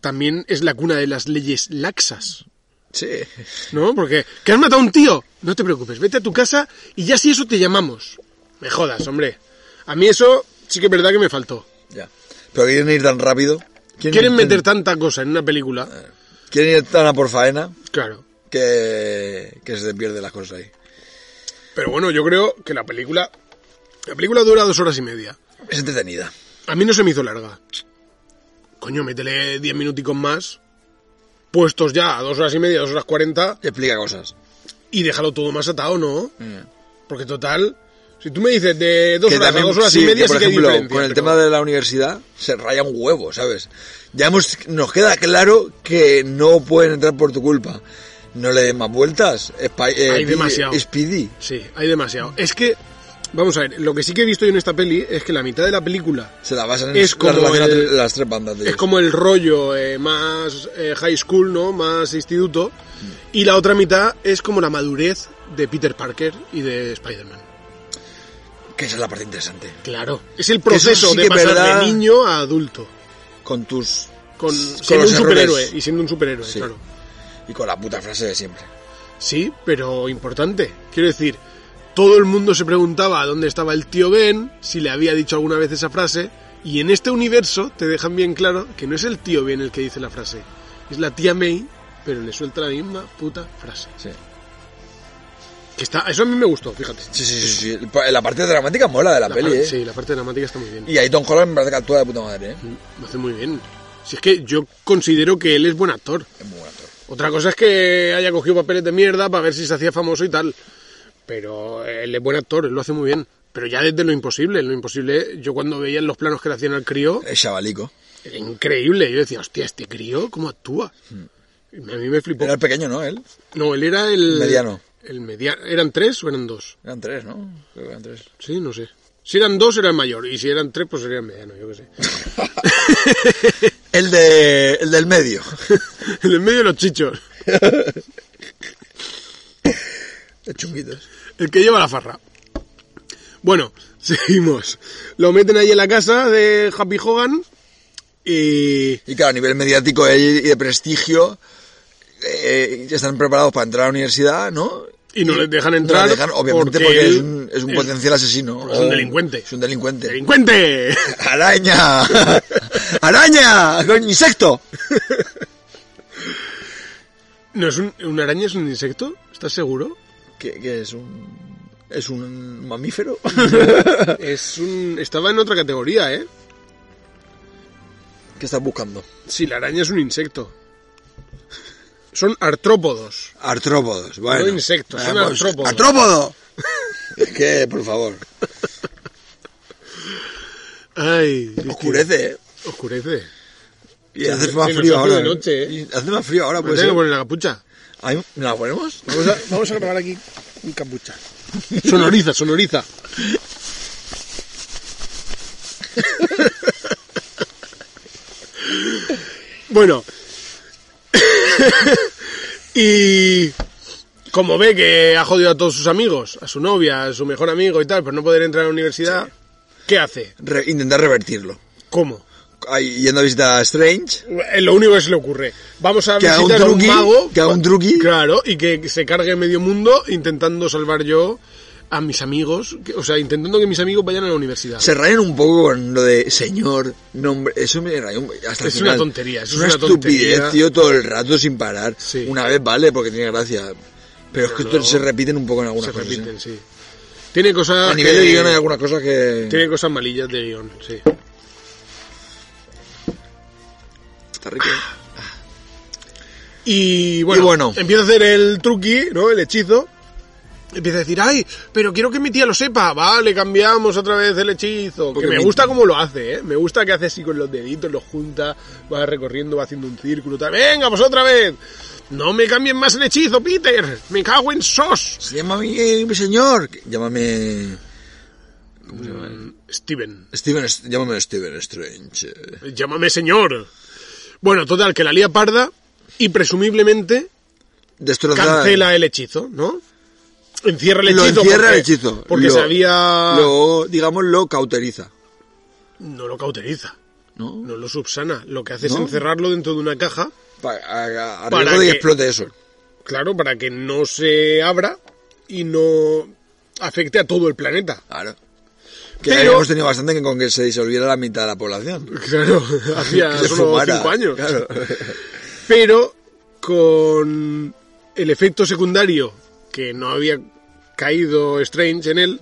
también es la cuna de las leyes laxas.
Sí.
¿No? Porque, que has matado a un tío. No te preocupes, vete a tu casa y ya si eso te llamamos. Me jodas, hombre. A mí eso sí que es verdad que me faltó.
Ya. Pero quieren ir tan rápido.
Quieren meter
tan...
tanta cosa en una película.
Quieren ir tan a por faena
Claro.
que, que se te pierden las cosas ahí.
Pero bueno, yo creo que la película... La película dura dos horas y media.
Es entretenida.
A mí no se me hizo larga. Coño, métele diez minuticos más. Puestos ya a dos horas y media, dos horas cuarenta.
Te explica cosas.
Y déjalo todo más atado, ¿no? Porque total... Si tú me dices de dos
Mm. que
horas
también-
a dos horas y
sí,
media,
que, por
sí que hay
ejemplo,
diferencia,
con el
pero-
tema de la universidad se raya un huevo, ¿sabes? Ya hemos, nos queda claro que no pueden entrar por tu culpa. No le des más vueltas. Espa- eh,
Hay
Pi-
demasiado.
Speedy.
Sí, hay demasiado. Es que, vamos a ver, lo que sí que he visto yo en esta peli es que la mitad de la película
Se la basan en
Es
la
como
relación
el-
entre las tres bandas. de
es
ellos.
como el rollo eh, más eh, high school, ¿no? Más instituto.
Mm.
Y la otra mitad es como la madurez de Peter Parker y de Spider-Man.
Que esa es la parte interesante.
Claro. Es el
eso
proceso
sí
de
que
pasar
verdad.
de niño a adulto.
Con tus...
Con,
Con
siendo
los
un superhéroe.
errores.
Y siendo un superhéroe,
Sí.
claro.
Y con la puta frase de siempre.
Sí, pero importante. Quiero decir, todo el mundo se preguntaba dónde estaba el tío Ben, si le había dicho alguna vez esa frase, y en este universo te dejan bien claro que no es el tío Ben el que dice la frase, es la tía May, pero le suelta la misma puta frase.
Sí.
Que está, eso a mí me gustó, fíjate.
Sí, sí, sí. sí. Pa- La parte dramática mola de la,
La
peli,
par-
¿eh?
Sí, la parte dramática está muy bien.
Y ahí Tom Holland me parece que actúa de puta madre, ¿eh?
Lo hace muy bien. Si es que yo considero que él es buen actor.
Es muy buen actor.
Otra cosa es que haya cogido papeles de mierda para ver si se hacía famoso y tal. Pero eh, él es buen actor, él lo hace muy bien. Pero ya desde lo imposible, en lo imposible, yo cuando veía los planos que le hacían al crío,
Es chavalico.
era increíble. Yo decía, hostia, este crío, ¿cómo actúa? Y A mí me flipó.
Hmm. Era el pequeño, ¿no? Él.
No, él era el...
Mediano.
El mediano. ¿Eran tres o eran dos?
Eran tres, ¿no? Creo que eran tres.
Sí, no sé. Si eran dos, era el mayor. Y si eran tres, pues sería el mediano, yo qué sé.
El, de, el del medio.
el del medio de los chichos.
De chunguitos.
El que lleva la farra. Bueno, seguimos. Lo meten ahí en la casa de Happy Hogan. Y.
Y claro, a nivel mediático y de prestigio, eh, ya están preparados para entrar a la universidad, ¿no?
Y no les dejan
No
entrar.
la dejan, obviamente, porque,
él
es un, es un potencial asesino.
porque es un
O
delincuente.
Es un delincuente.
¡Delincuente!
¡Araña! ¡Araña! ¡Con insecto!
¿No es un, una araña, es un insecto? ¿Estás seguro?
¿Qué, qué es un. ¿Es un mamífero?
Es un. Estaba en otra categoría, ¿eh?
¿Qué estás buscando?
Sí, la araña es un insecto. Son artrópodos.
Artrópodos, bueno.
No insectos, son
Vamos,
artrópodos.
¡Artrópodo! Es que, por favor,
Ay. es que-
oscurece, ¿eh?
Oscurece.
Y hace
sí,
más
nos
frío
hace
ahora.
de noche, ¿eh?
Y Hace más frío ahora,
Me tengo
pues.
que poner la capucha.
¿La ponemos?
Vamos a, vamos a grabar aquí mi capucha. Sonoriza, sonoriza. bueno. y como ve que ha jodido a todos sus amigos, a su novia, a su mejor amigo y tal, por no poder entrar a la universidad, ¿qué hace?
Re- intentar revertirlo.
¿Cómo?
Ahí, yendo a visitar a Strange,
Eh, Lo único que se le ocurre. Vamos a
Que haga un
visitar a un
truqui,
mago.
que haga un truqui.
Claro, y que se cargue medio mundo intentando salvar yo a mis amigos. que- O sea, intentando que mis amigos vayan a la universidad.
se rayan un poco con lo de señor, nombre. Eso me raya un- hasta el
Es una
final.
tontería, eso es
una
una tontería.
estupidez, tío, todo el rato sin parar.
Sí.
Una vez vale, porque tiene gracia. Pero es que
luego
se repiten un poco en algunas
se
cosas.
repiten,
¿eh?
sí. Tiene cosas.
A nivel de
que-
guión hay algunas cosas que...
Tiene cosas malillas de guión, sí.
Está rico.
Y bueno,
Y bueno.
empieza a hacer el truqui, ¿no? El hechizo. Empieza a decir, ay, pero quiero que mi tía lo sepa. Vale, cambiamos otra vez el hechizo.
Porque
que me
mi-
gusta cómo lo hace, ¿eh? Me gusta que hace así con los deditos, los junta, va recorriendo, va haciendo un círculo. Tal. Venga, pues otra vez. No me cambien más el hechizo, Peter. Me cago en sos.
Llámame, mi señor. Llámame...
Steven,
Steven, llámame Steven Strange.
llámame señor. Bueno, total, que la lía parda y presumiblemente
Destrozada.
cancela el hechizo, ¿no? Encierra el
Lo
hechizo.
encierra
porque,
el hechizo.
Porque
Lo-
sabía.
Lo, digamos, lo cauteriza.
No lo cauteriza,
¿No?
no lo subsana. Lo que hace es
¿No?
encerrarlo dentro de una caja,
Pa- a, a
Para
riesgo de que
que-
explote eso.
claro, para que no se abra y no afecte a todo el planeta.
Claro. Que
Pero-
habíamos tenido bastante que con que se disolviera la mitad de la población.
Claro, hacía
Que se
solo
fumara,
cinco años.
Claro.
Pero con el efecto secundario que no había caído Strange en él,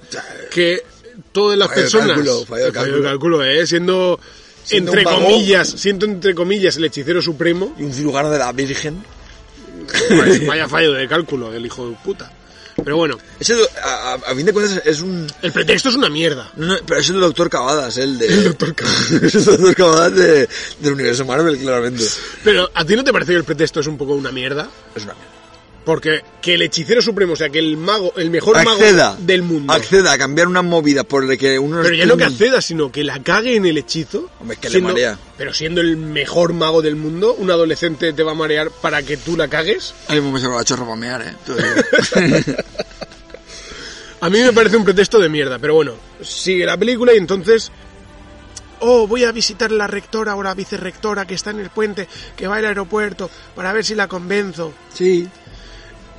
que todas las
Falló el
personas.
cálculo, falló el
el cálculo, ¿eh? Siendo,
Siendo
entre
un vago.
comillas, siendo entre comillas el hechicero supremo.
Y un cirujano de la Virgen.
Vaya- Vaya fallo de cálculo, el hijo de puta. Pero bueno,
Ese, do- a, a- a fin de cuentas, es un.
el pretexto es una mierda.
no, pero es el doctor Cavadas, el de. El doctor Cavadas. el doctor Cavadas de- del universo Marvel, claramente.
Pero ¿a ti no te parece que el pretexto es un poco una mierda?
Es una mierda.
Porque que el hechicero supremo, o sea, que el mago, el mejor
Acceda.
mago del mundo.
Acceda a cambiar unas movidas por el que uno.
Pero ya no que
accede
acceda, sino que la cague en el hechizo.
Hombre, es que le
siendo-
marea.
Pero siendo el mejor mago del mundo, un adolescente te va a marear para que tú la cagues.
Ahí me saco la chorra para mear, eh. Te lo digo.
A mí me parece un pretexto de mierda, pero bueno, sigue la película y entonces... Oh, voy a visitar la rectora o la vicerrectora que está en el puente, que va al aeropuerto, para ver si la convenzo.
sí.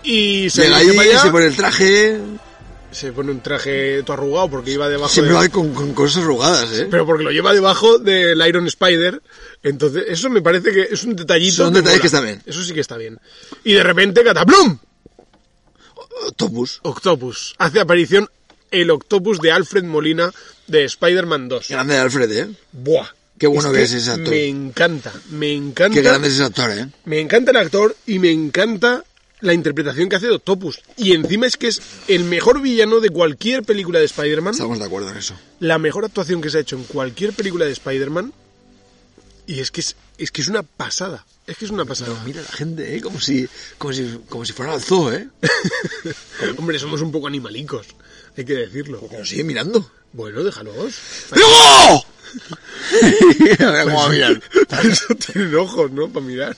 Y se,
Llega
dirige
ahí,
para allá,
se pone el traje.
se pone un traje todo arrugado porque iba debajo
Siempre
de-
va con, con cosas arrugadas, eh.
Pero porque lo lleva debajo del Iron Spider. Entonces, eso me parece que es un detallito.
Son detalles
mola.
que están bien.
Eso sí que está bien. Y de repente, ¡cataplum!
Octopus.
Octopus. Hace aparición el Octopus de Alfred Molina de Spider-Man 2.
Grande Alfred, eh.
Buah.
Qué bueno que es ese actor.
Me encanta, me encanta.
Qué grande es ese actor, eh.
Me encanta el actor y me encanta la interpretación que hace de Octopus. Y encima es que es el mejor villano de cualquier película de Spider-Man.
Estamos de acuerdo en eso.
la mejor actuación que se ha hecho en cualquier película de Spider-Man. Y es que es, es que es una pasada. Es que es una pasada.
Mira la gente, eh. Como si, como si, como si fueran al zoo, eh.
Hombre, somos un poco animalicos, hay que decirlo.
Pero sigue mirando.
Bueno, déjalos.
¡Digo! A ver cómo va a mirar.
Para eso tienen ojos, ¿no? Para mirar.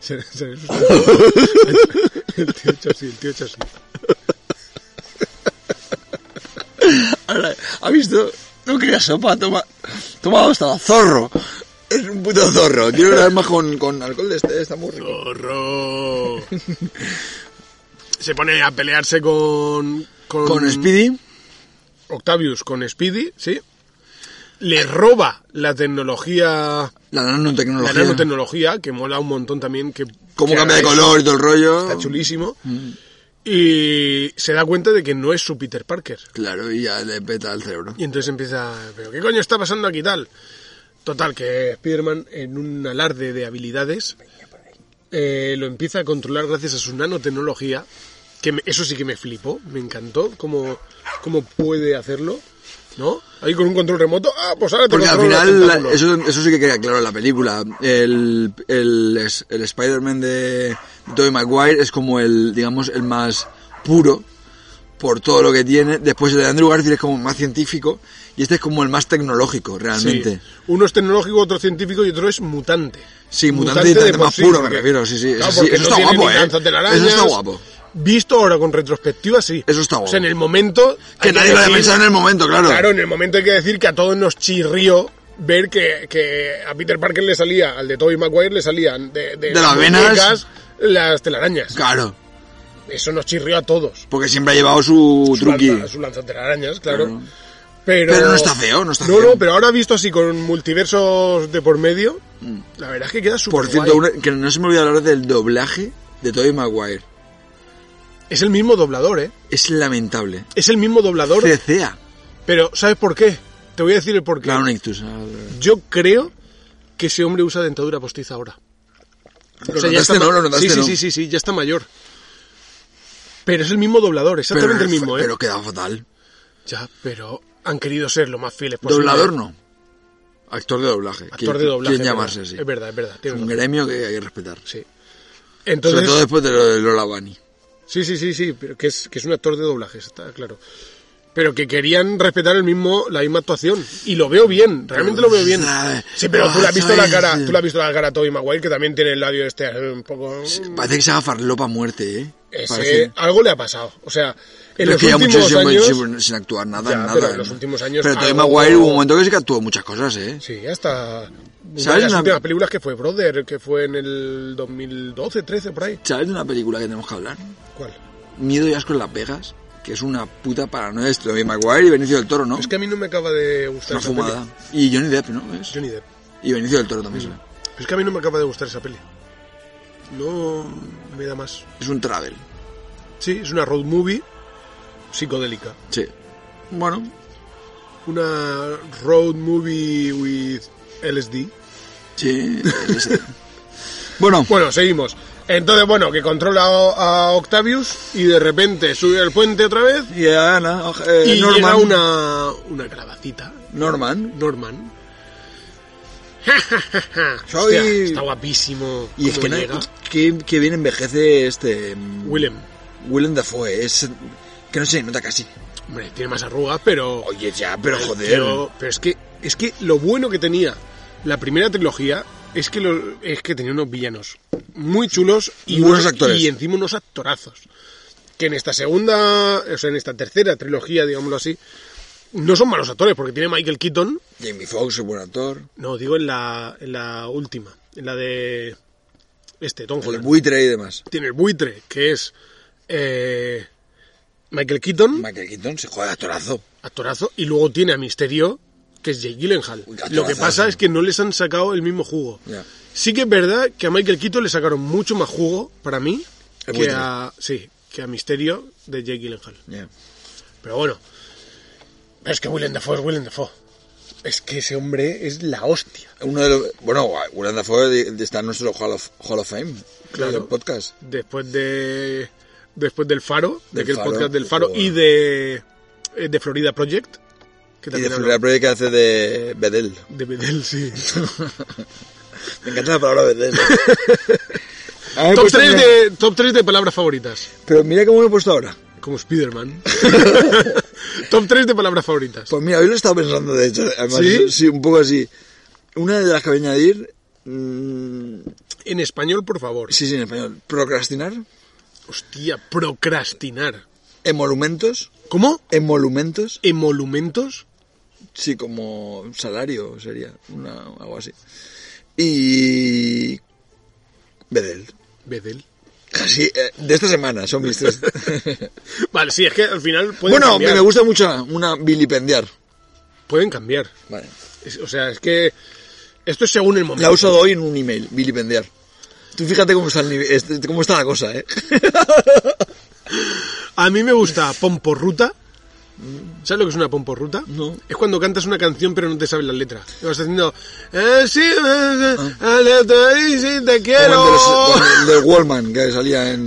Se- se ve sus- El tío hecho así, el tío hecho así.
Ahora, ¿ha visto? No quería sopa, toma. Toma dos tazas, zorro. Es un puto zorro. Quiero grabar más con, con alcohol de este, está muy rico.
¡Zorro! Se pone a pelearse con... Con,
Con Speedy.
Octavius, con Speedy, ¿sí? Le roba la tecnología
La nanotecnología.
la nanotecnología, que mola un montón también. Que,
Cómo
que
cambia de
haga eso,
color Mm. y todo el rollo.
Está chulísimo. Y se da cuenta de que no es su Peter Parker.
Claro, y ya le peta el cerebro.
Y entonces empieza, pero ¿qué coño está pasando aquí tal? Total, que Spider-Man en un alarde de habilidades eh, lo empieza a controlar gracias a su nanotecnología, que me- eso sí que me flipó, me encantó, cómo, cómo puede hacerlo, ¿no? Ahí con un control remoto, ah, pues ahora te
Porque al
controlo los
final, la-
tentáculos.
eso, eso sí que queda claro en la película. El, el, es- el Spider-Man de Tobey Maguire es como el, digamos, el más puro por todo lo que tiene. Después el de Andrew Garfield es como más científico y este es como el más tecnológico,
Sí.
realmente.
Uno es tecnológico, otro científico y otro es mutante.
Sí, mutante y mutante
por
más
sí,
puro, me
porque-
refiero, sí, sí,
Claro,
eso sí,
porque
eso
no
está
tiene
guapo,
ni
¿eh?
lanzatelarañas.
Eso está guapo.
Visto ahora con retrospectiva, sí.
Eso está
O sea, en
guapo.
el momento...
Que
hay
nadie lo había
decir-
pensado en el momento, claro.
Claro, en el momento hay que decir que a todos nos chirrió ver que, que a Peter Parker le salía, al de Tobey Maguire le salían de,
De las venas.
muñecas las telarañas.
Claro,
Eso nos chirrió a todos.
porque siempre ha llevado su,
Su
truqui.
lanza- su lanzatelarañas, claro.
Claro.
Pero,
Pero no está feo, no está
no,
feo.
No, pero ahora visto así con multiversos de por medio,
Mm.
la verdad es que queda súper
Por cierto, una- que no se me olvida hablar del doblaje de Tobey Maguire.
Es el mismo doblador, ¿eh?
Es lamentable.
Es el mismo doblador,
CCA.
pero ¿sabes por qué? Te voy a decir el por qué.
Claro, un ictus.
Yo creo que ese hombre usa dentadura postiza ahora.
Lo notaste, ¿no?
ma-
Lo notaste,
sí, sí,
¿no?
sí, sí, sí, ya está mayor. Pero es el mismo doblador,
Pero,
exactamente el mismo, ¿eh?
pero queda fatal.
Ya, pero han querido ser lo más fieles posible.
Doblador no. Actor de doblaje.
Pues eh. Actor de doblaje.
Quién
es
llamarse
verdad.
así.
Es verdad, es verdad.
Es
tienes
un
razón,
gremio que hay que respetar.
sí.
Sobre
Entonces,
todo después de lo de Lola Bunny.
sí, sí, sí, sí, pero que es, que es un actor de doblaje, está claro. Pero que querían respetar el mismo, la misma actuación. Y lo veo bien, realmente lo veo bien.
Ah,
Sí, pero tú le has visto la
¿sabes?
cara, tú le has visto la cara a Toby Maguire, que también tiene el labio este eh, un poco...
Parece que se haga farlopa a muerte, ¿eh?
Ese-
Parece.
algo le ha pasado. O sea, en
Pero es
los
que ya muchos
últimos
llevan
años...
sin, sin actuar nada,
Ya,
nada.
pero en
¿no?
los últimos años
Pero Tobey
algo-
Maguire hubo un momento que sí que actuó muchas cosas, ¿eh?
Sí, hasta... Una
¿Sabes
de las
una-
últimas películas que fue Brother, que fue en el 2012, 13, por ahí.
¿Sabes de una película que tenemos que hablar?
¿Cuál?
Miedo y asco en Las Vegas, que es una puta paranoia de Tobey Maguire y Benicio del Toro, ¿no?
Es que a mí no me acaba de gustar
una
esa peli.
fumada. Y Johnny Depp, ¿no? Es-
Johnny Depp.
Y Benicio del Toro también. ¿no?
Pero es que a mí no me acaba de gustar esa peli. No me da más.
Es un travel.
Sí, es una road movie psicodélica.
Sí. Bueno,
Una road movie with LSD.
sí. es ese. bueno,
Bueno, seguimos. Entonces, bueno, que controla a a Octavius y de repente sube al puente otra vez
y Ana, eh,
y
Norman.
llega una, una calabacita,
Norman.
Norman.
Soy-
Hostia, está guapísimo.
Y es
cómo
que, no-
llega.
que, que bien envejece este. mm,
Willem,
Willem Dafoe. Es. Que no se nota casi.
hombre, tiene más arrugas, pero
Oye, ya, pero
Pero,
joder.
Pero, es que es que lo bueno que tenía la primera trilogía es que lo- es que tenía unos villanos muy chulos y
Buenos
unos-
actores.
y encima unos actorazos que en esta segunda, o sea, en esta tercera trilogía, digámoslo así, no son malos actores porque tiene Michael Keaton,
Jamie Foxx es buen actor.
no digo en la en la última, en la de este Tom
El
Holland.
buitre y demás.
tiene el buitre que es eh, Michael Keaton,
Michael Keaton se juega de actorazo.
actorazo, y luego tiene a Misterio, que es Jake Gyllenhaal.
Uy, actorazo,
Lo que pasa
sí.
es que no les han sacado el mismo jugo.
Ya.
Sí que es verdad que a Michael Keaton le sacaron mucho más jugo, para mí,
El
que
buitre.
a, sí, que a Misterio de Jake Gyllenhaal.
Ya.
Pero bueno, es que Willem Dafoe es Willem Dafoe. Es que ese hombre es la hostia.
Uno de los, bueno, Willem Dafoe de- de- está en nuestro Hall of, Hall of Fame.
Claro.
del podcast.
Después de después del Faro, de
Del
aquel
Faro,
podcast del Faro,
joder.
y de, eh, de Florida Project, que
Y de
también habló
Florida Project que hace de Bedell.
de Bedell, sí.
Me encanta la palabra Bedell. ¿eh? A ver,
Top
pues,
3,
mira,
de, top tres de palabras favoritas.
Pero mira cómo lo he puesto ahora.
Como Spider-Man. top 3 de palabras favoritas.
Pues mira, hoy lo he estado pensando, de hecho. Además,
¿Sí?
un poco así. Una de las que voy a añadir... mm,
En español, por favor.
sí, sí, en español. Procrastinar.
Hostia, procrastinar.
Emolumentos.
¿Cómo?
Emolumentos.
¿Emolumentos?
Sí, como salario sería, una, algo así. Y... Bedel.
Bedel.
Casi, eh, de esta semana son mis tres.
Vale, sí, es que al final pueden
bueno,
cambiar.
me gusta mucho una vilipendiar.
Pueden cambiar.
Vale.
Es- o sea, es que esto es según el momento.
La he usado hoy en un email, vilipendiar. Tú fíjate cómo está, el nivel- este- cómo está la cosa, ¿eh?
A mí me gusta pomporruta. ¿Sabes lo que es una pomporruta?
No.
Es cuando cantas una canción pero no te sabes la letra. Y vas haciendo... "Eh, sí, eh, eh, eh, eh, sí, te quiero.
Como el de los- como el del Wallman, que salía en...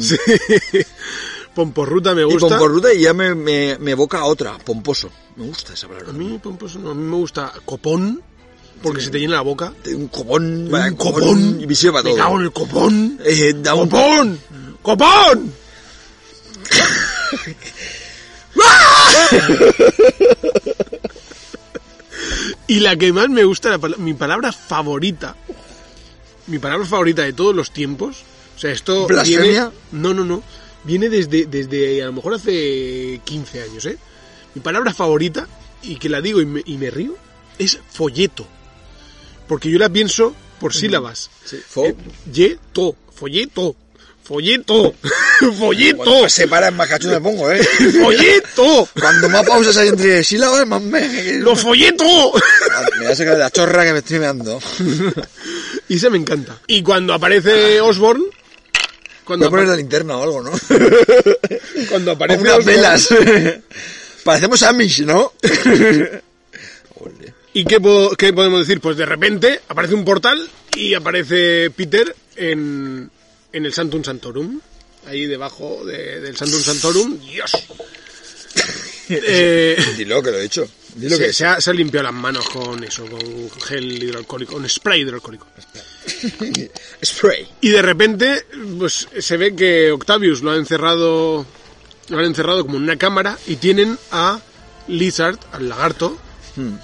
Pomporruta me
y
gusta.
pomporruta y ya me, me, me evoca a otra, pomposo. Me gusta esa palabra.
A mí, pomposo no, a mí me gusta copón, porque se te llena la boca.
Un copón, vaya,
un copón.
y visiva para
Me cago
todo.
en el copón.
Eh, da un
¡Copón! ¡Copón! y la que más me gusta, la pala- mi palabra favorita, mi palabra favorita de todos los tiempos, o sea, esto...
¿Blasfemia?
Viene, no, no, no. Viene desde, desde a lo mejor hace 15 años, ¿eh? Mi palabra favorita, y que la digo y me, y me río, es folleto. Porque yo la pienso por sílabas. Eh,
Sí, fo-
Folleto, folleto, folleto, folleto,
Cuando se para en más cachondo me pongo, ¿eh?
folleto,
Cuando más pausas hay entre sílabas, más me...
lo folleto.
Me voy a sacar de la chorra que me estoy meando.
Y se me encanta. Y cuando aparece Osborne
Voy
Cuando,
a poner la linterna o algo, ¿no?
cuando aparece
Con unas
Osborn-
velas. Parecemos Amish, ¿no? Ole.
¿Y qué, po- qué podemos decir? Pues de repente aparece un portal y aparece Peter en, en el Santum Santorum. Ahí debajo de- del Santum Santorum. ¡Dios! Eh,
Dilo que lo he hecho. Dilo que
se,
es.
se ha, se ha limpiado las manos con eso, con gel hidroalcohólico, con spray hidroalcohólico.
Spray.
Y de repente, pues se ve que Octavius lo ha encerrado. Lo han encerrado como en una cámara y tienen a Lizard, al lagarto,
Hmm.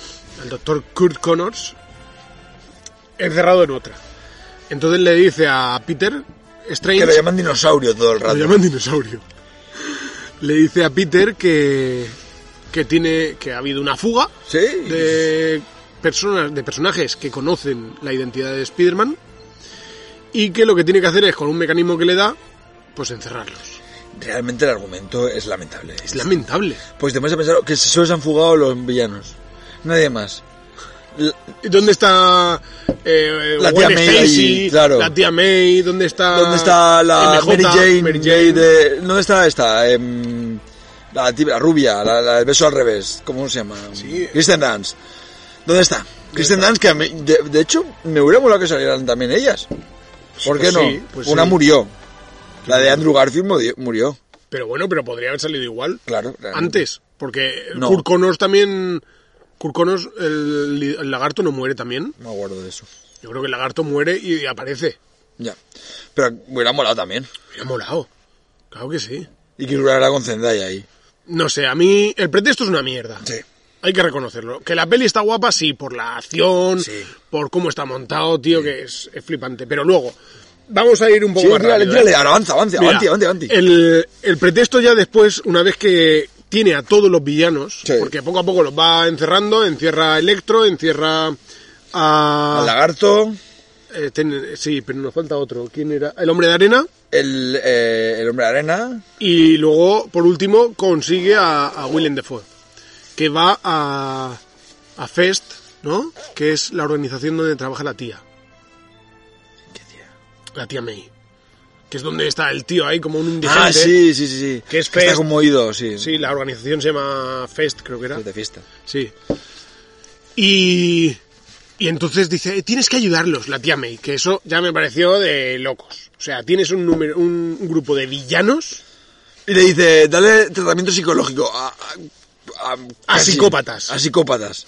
al doctor Kurt Connors, encerrado en otra. Entonces le dice a Peter Strange.
Que lo llaman dinosaurio todo el rato.
Lo llaman dinosaurio. Le dice a Peter que. que tiene. que ha habido una fuga
Sí.
de personas de personajes que conocen la identidad de Spider-Man y que lo que tiene que hacer es con un mecanismo que le da pues encerrarlos.
Realmente el argumento es lamentable.
Es lamentable.
Pues te pones a pensar que solo se han fugado los villanos. Nadie más. L-
¿Y ¿Dónde está eh,
La tía
Gwen
May
Stacy?
ahí, claro.
La tía May, ¿dónde está
¿Dónde está la
MJ?
Mary Jane?
Ah, Mary Jane.
de- ¿Dónde está esta? Em, la, tib- la rubia, la, la- el beso al revés. ¿Cómo se llama?
Sí.
Kristen Dance. ¿Dónde está? Kristen Dance, que a mí- de, de hecho me hubiera molado que salieran también ellas. ¿Por qué
pues
no?
sí, pues
Una
sí.
murió. La de Andrew Garfield murió. murió.
Pero bueno, pero podría haber salido igual.
Claro, claro.
Antes, porque
No.
Kurt Connors también Kurt Connors, el, li- el lagarto no muere también.
No me acuerdo de eso.
Yo creo que el lagarto muere y aparece.
Ya. Pero hubiera molado también.
Me ha molado. Claro que sí.
Y que hubiera con Zendaya ahí.
No sé, a mí el pretexto es una mierda. Hay que reconocerlo. Que la peli está guapa, sí, por la acción,
Sí.
por cómo está montado, tío, que es, es flipante. Pero luego, vamos a ir un poco
Sí,
más
tírale,
rápido,
tírale.
¿eh?
Ahora avanza, avanza.
Mira,
avanti, avanti, avanti.
El, el pretexto ya después, una vez que tiene a todos los villanos,
Sí.
porque poco a poco los va encerrando, encierra a Electro, encierra a...
Al lagarto,
eh, ten- sí, pero nos falta otro. ¿Quién era? El Hombre de Arena.
el, eh, el hombre de arena.
Y luego, por último, consigue a, a Willem Dafoe, que va a, a Fest, ¿no? Que es la organización donde trabaja la tía. La tía May. Que es donde está el tío ahí como un indigente.
Ah, sí, sí, sí, sí.
Que es
está
fest.
como oído, sí.
Sí, la organización se llama Fest, creo que era.
Es de fiesta.
Sí. Y, y entonces dice, "Eh, tienes que ayudarlos, la tía May, que eso ya me pareció de locos. O sea, tienes un, número, un grupo de villanos
Y le dice, dale tratamiento psicológico a... A, a- casi-
psicópatas.
A psicópatas.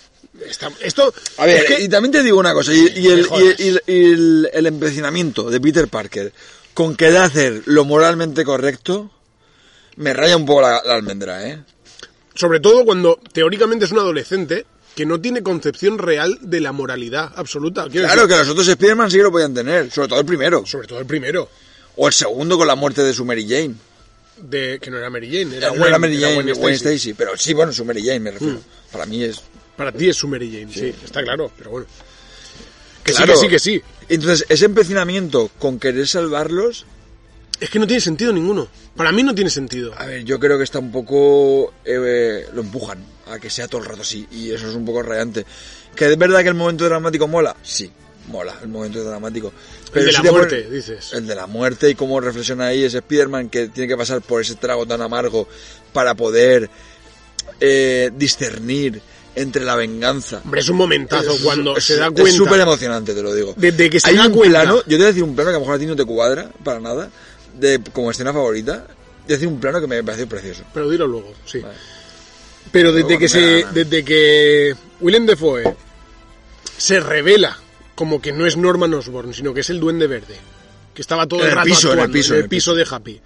Está- esto.
A ver,
es que-
y también te digo una cosa, y, y el,
Me jodas.
y el- y el- el empecinamiento de Peter Parker con querer hacer lo moralmente correcto, me raya un poco la, la almendra, ¿eh?
sobre todo cuando teóricamente es un adolescente que no tiene concepción real de la moralidad absoluta. Quiero
Claro
decir,
que los otros Spider-Man sí que lo podían tener, sobre todo el primero.
Sobre todo el primero,
O el segundo con la muerte de su Mary Jane.
de, que no era Mary Jane, era,
Era, buena
Gwen-
Mary
era
Jane,
Gwen
Gwen
Stacy. Hmm.
Stacy, pero sí, bueno, su Mary Jane me refiero. Para mí es...
Para ti es su Mary Jane, sí, está claro, pero bueno. Que
Claro.
sí, que sí, que sí.
Entonces, ese empecinamiento con querer salvarlos,
Es que no tiene sentido ninguno. Para mí no tiene sentido.
a ver, yo creo que está un poco... eh, lo empujan a que sea todo el rato así, y eso es un poco rayante. Que es verdad que el momento dramático mola, sí, mola el momento dramático.
El de
si
la
te pones-
muerte, dices.
El de la muerte y cómo reflexiona ahí ese Spider-Man que tiene que pasar por ese trago tan amargo para poder eh, discernir entre la venganza
Hombre, es un momentazo
Es-
cuando
es-
se da
Es
cuenta.
súper emocionante, te lo digo.
Desde que se
Hay
da
un
cuenta.
plano, yo te voy a decir un plano que a lo mejor a ti no te cuadra para nada, de, como escena favorita. Te voy a decir un plano que me pareció precioso.
pero dilo luego, sí.
Vale.
Pero
Luego
desde que
cuando
se,
me da la gana.
desde que Willem Dafoe se revela como que no es Norman Osborn, sino que es el Duende Verde, que estaba todo
En
el,
el
rato
piso, en el
actuando,
piso, en el piso.
de Happy.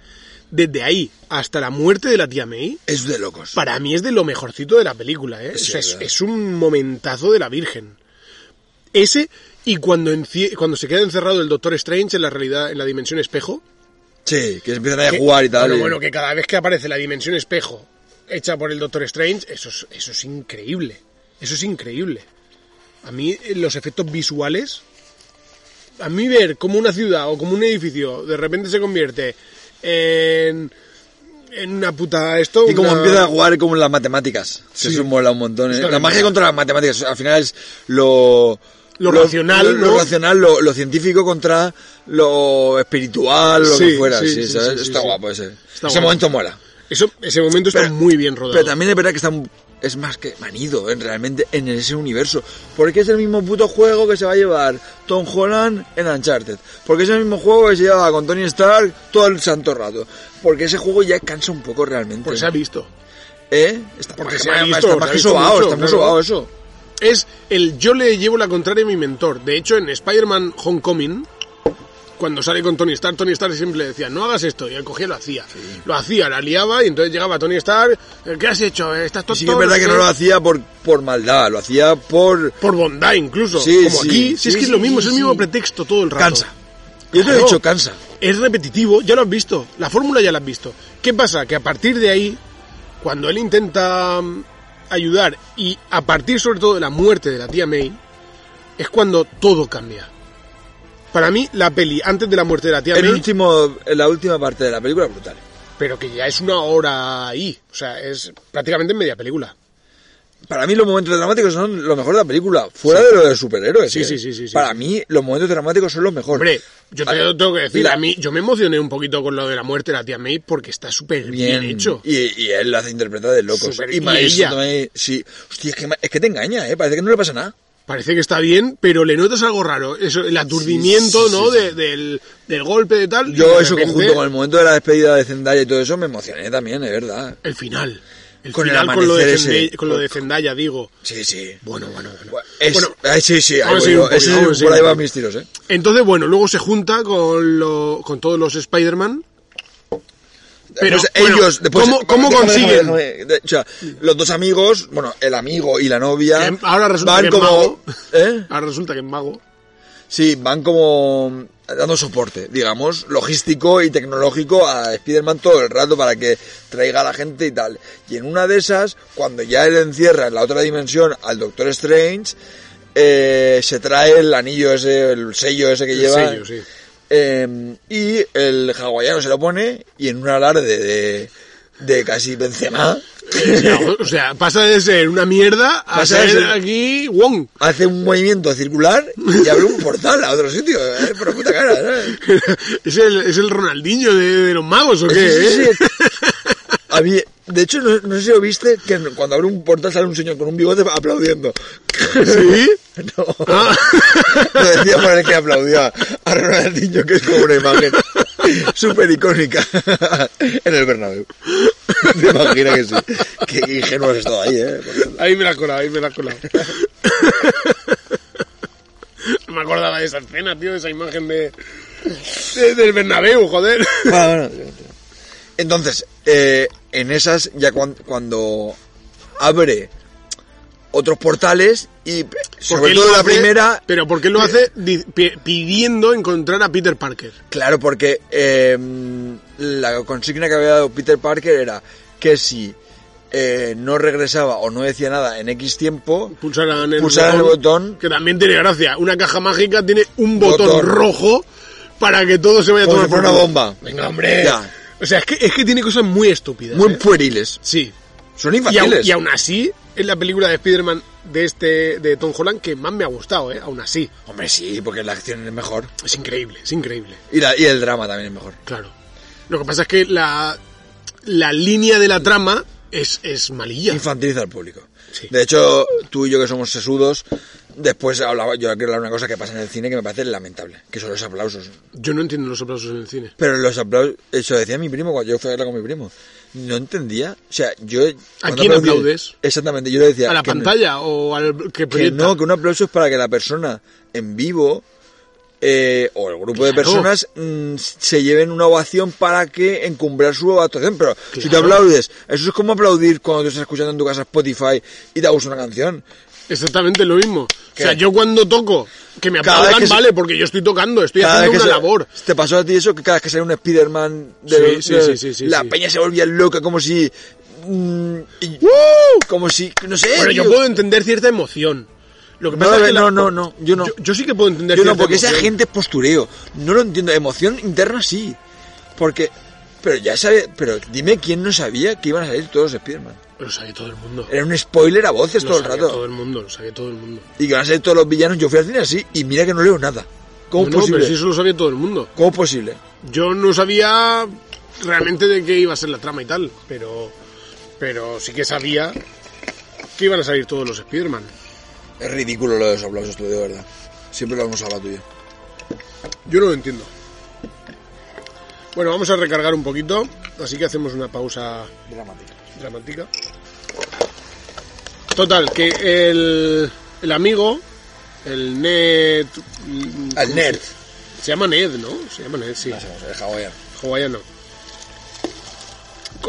Desde ahí hasta la muerte de la tía May,
Es de locos.
para mí es de lo mejorcito de la película, ¿eh?
Sí,
O sea, es,
¿verdad?
es un momentazo de la Virgen. Ese y cuando enci- cuando se queda encerrado el Doctor Strange en la realidad en la dimensión espejo,
Sí, que empiezan ahí a
que-
jugar y tal.
Bueno,
y-
bueno, que cada vez que aparece la dimensión espejo hecha por el Doctor Strange, eso es, eso es increíble. Eso es increíble. A mí eh, los efectos visuales, a mí ver como una ciudad o como un edificio de repente se convierte en, en una puta esto...
y como
una-
empieza a jugar como en las matemáticas.
Sí.
Eso mola un montón. ¿eh?
Está
La
bien,
magia
mira.
contra las matemáticas. Al final es lo...
Lo racional,
Lo,
¿no?
racional, lo, lo científico contra lo espiritual, lo
Sí,
que fuera.
sí,
Sí,
sí,
¿sabes?
sí, sí,
está
sí.
guapo ese.
Está
ese
guapo.
momento mola.
Eso, ese momento está
Pero-
muy bien rodado.
Pero también es verdad que está un- es más que manido en, realmente en ese universo. Porque es el mismo puto juego que se va a llevar Tom Holland en Uncharted. Porque es el mismo juego que se lleva con Tony Stark todo el santo rato. Porque ese juego ya cansa un poco realmente.
porque se ha visto.
¿Eh? Está
Porque
más
se
que-
ha
más-
visto,
está
se
más
ha
que
visto
sobao,
mucho,
está muy
claro.
sobao eso.
Es el yo le llevo la contraria a mi mentor. De hecho, en Spider-Man Homecoming, cuando sale con Tony Stark, Tony Stark siempre le decía, no hagas esto. Y él cogía y lo hacía. Lo hacía, la liaba y entonces llegaba Tony Stark, "Eh, ¿qué has hecho? ¿Estás tonto?
Sí que es verdad que no lo hacía por, por maldad, lo hacía por...
Por bondad incluso.
Sí,
como
sí,
aquí, si es
sí,
que es lo
sí,
mismo, es el
sí.
mismo pretexto todo el rato.
Cansa. Yo te lo he
Claro.
dicho, cansa.
Es repetitivo, ya lo has visto. La fórmula ya la has visto. ¿Qué pasa? Que a partir de ahí, cuando él intenta mm, ayudar y a partir sobre todo de la muerte de la tía May, es cuando todo cambia. Para mí, la peli antes de la muerte de la tía
El
May,
último, la última parte de la película brutal.
pero que ya es una hora ahí. O sea, es prácticamente media película.
Para mí los momentos dramáticos son lo mejor de la película, fuera de lo de superhéroes.
Sí,
¿eh?
sí, sí, sí, sí.
Para mí los momentos dramáticos son los mejores.
Hombre, yo te
Vale.
lo tengo que decir,
Mira,
a mí yo me emocioné un poquito con lo de la muerte de la tía May porque está súper bien, hecho.
Y, y él lo hace interpretar de locos.
Súper-
y
y
Maíz
ella.
Santomé, sí. Hostia, es que, ma- es que te engaña, ¿eh? Parece que no le pasa nada.
Parece que está bien, pero le notas algo raro. Eso, el aturdimiento,
Sí, sí,
¿no?
sí,
de- del, del golpe de tal. y
Yo
de
eso
repente,
conjunto con el momento de la despedida de Zendaya y todo eso me emocioné también, es verdad.
el final. El
Con el
final con lo, de
amanecer ese.
Zendaya, con lo de Zendaya, digo.
Sí, sí.
Bueno, bueno, bueno.
Es,
Bueno,
ay, sí, sí, ahí
vamos a
voy
ir
yo.
un poquito,
Ese-
vamos a ir
por ahí
un
van
poquito.
mis tiros, ¿eh?
Entonces, bueno, luego se junta con, lo, con todos los Spider-Man. Pero
Pues
bueno,
ellos después
¿cómo, cómo
déjame,
consiguen?
déjame, déjame. De- o sea, los dos amigos, bueno, el amigo y la novia
Que Em, ahora resulta
Ah, van
que es
como
mago.
¿eh?
Ahora resulta que es mago.
Sí, van como mm, dando soporte, digamos, logístico y tecnológico a Spider-Man todo el rato para que traiga a la gente y tal. Y en una de esas, cuando ya él encierra en la otra dimensión al Doctor Strange, eh, se trae el anillo ese, el sello ese que
El
lleva.
sello, sí.
Eh, y el hawaiano se lo pone y en un alarde de, de casi Benzema
o sea, pasa de ser una mierda a
Pasa de
ser
ser-
aquí Wong.
hace un movimiento circular y abre un portal a otro sitio, ¿eh? por puta cara, ¿sabes?
es, el, es el Ronaldinho de, de los magos, ¿o qué?
Sí, sí,
eh?
sí. A mí, de hecho, no, no sé si lo viste, que cuando abre un portal sale un señor con un bigote aplaudiendo.
¿Sí?
No,
Ah.
lo decía por el que aplaudía a Ronaldinho, que es como una imagen súper icónica en el Bernabéu. Me imagino que sí. Qué ingenuo has estado ahí, ¿eh?
Ahí me la has colado, ahí me la has colado. No me acordaba de esa escena, tío, de esa imagen de, de- del Bernabéu, joder.
Bueno, bueno. Entonces, eh, en esas, ya cuan- cuando abre otros portales y sobre
él
todo
lo
la
hace-
primera eh,
Pero porque él lo hace di- pi- pidiendo encontrar a Peter Parker.
Claro, porque eh, la consigna que había dado Peter Parker era que si eh, no regresaba o no decía nada en X tiempo,
Pulsaran el,
Pulsaran el botón.
Que también tiene gracia. Una caja mágica tiene un botón,
Botón.
rojo para que todo se vaya a
Como
tomar
si fuera
por
una
culo.
bomba.
Venga, hombre.
Ya.
O sea, es que, es que tiene cosas muy estúpidas.
muy
¿eh?
pueriles.
Sí.
Son
Y aún,
infantiles.
y aún así, es la película de Spider-Man de, este, de Tom Holland que más me ha gustado, ¿eh? Aún así.
Hombre, sí, porque la acción es mejor.
Es increíble, es increíble,
Y, la- y el drama también es mejor.
claro. Lo que pasa es que la, la línea de la trama es, es malilla.
Infantiliza al público.
Sí.
De hecho, tú y yo que somos sesudos, después hablaba, yo quiero hablar de una cosa que pasa en el cine que me parece lamentable, que son los aplausos.
Yo no entiendo los aplausos en el cine.
Pero los aplausos, eso decía mi primo cuando yo fui a verla con mi primo. No entendía, o sea, yo... cuando
quién
aplaudí-
aplaudes?
Exactamente, yo le decía...
¿A la
que no-
pantalla o al que
que
proyecta?
no, que un aplauso es para que la persona en vivo eh, o el grupo de
Claro.
personas mm, se lleven una ovación para que encumbrar su actuación. Pero si te
Claro.
aplaudes, eso es como aplaudir cuando tú estás escuchando en tu casa Spotify y te gusta una canción.
Exactamente lo mismo.
¿Qué?
O sea, yo cuando toco, que me
Cada vez
aplaudan,
que se-
vale, porque yo estoy tocando, estoy
Cada vez
haciendo una
que se- Eh,
labor.
¿Te pasó a ti eso? Que cada vez que sale un Spider-Man de,
Sí, sí,
de-
sí, sí, sí,
la
sí.
peña se volvía loca como si... mm, y- como si... No sé.
Bueno, yo
tío.
puedo entender cierta emoción. Lo que
No,
pasa es que
no,
la-
no, no, yo no.
Yo, sí que puedo entender
Yo no,
cierta
porque esa
emoción.
gente es postureo. No lo entiendo. Emoción interna sí. Porque Pero ya sabe, pero dime quién no sabía que iban a salir todos los Spider-Man.
Lo sabía todo el mundo.
Era un spoiler a voces
Lo
todo el
sabía
rato.
Todo el mundo, lo sabía todo el mundo.
Y que van a salir todos los villanos. Yo fui al cine así y mira que no leo nada. ¿Cómo
No,
es
no,
posible?
pero si eso lo sabía todo el mundo.
¿Cómo es posible?
Yo no sabía realmente de qué iba a ser la trama y tal, pero, pero sí que sabía que iban a salir todos los Spider-Man.
Es ridículo lo de los aplausos, tú, de verdad. Siempre lo vamos a la tuya.
Yo no lo entiendo. Bueno, vamos a recargar un poquito, así que hacemos una pausa
Dramático.
dramática. Total, que el, el amigo, el Ned... ¿cómo se-
Al nerd.
Se llama Ned, ¿no? Se llama Ned, sí.
Hacemos el hawaiano.
hawaiano.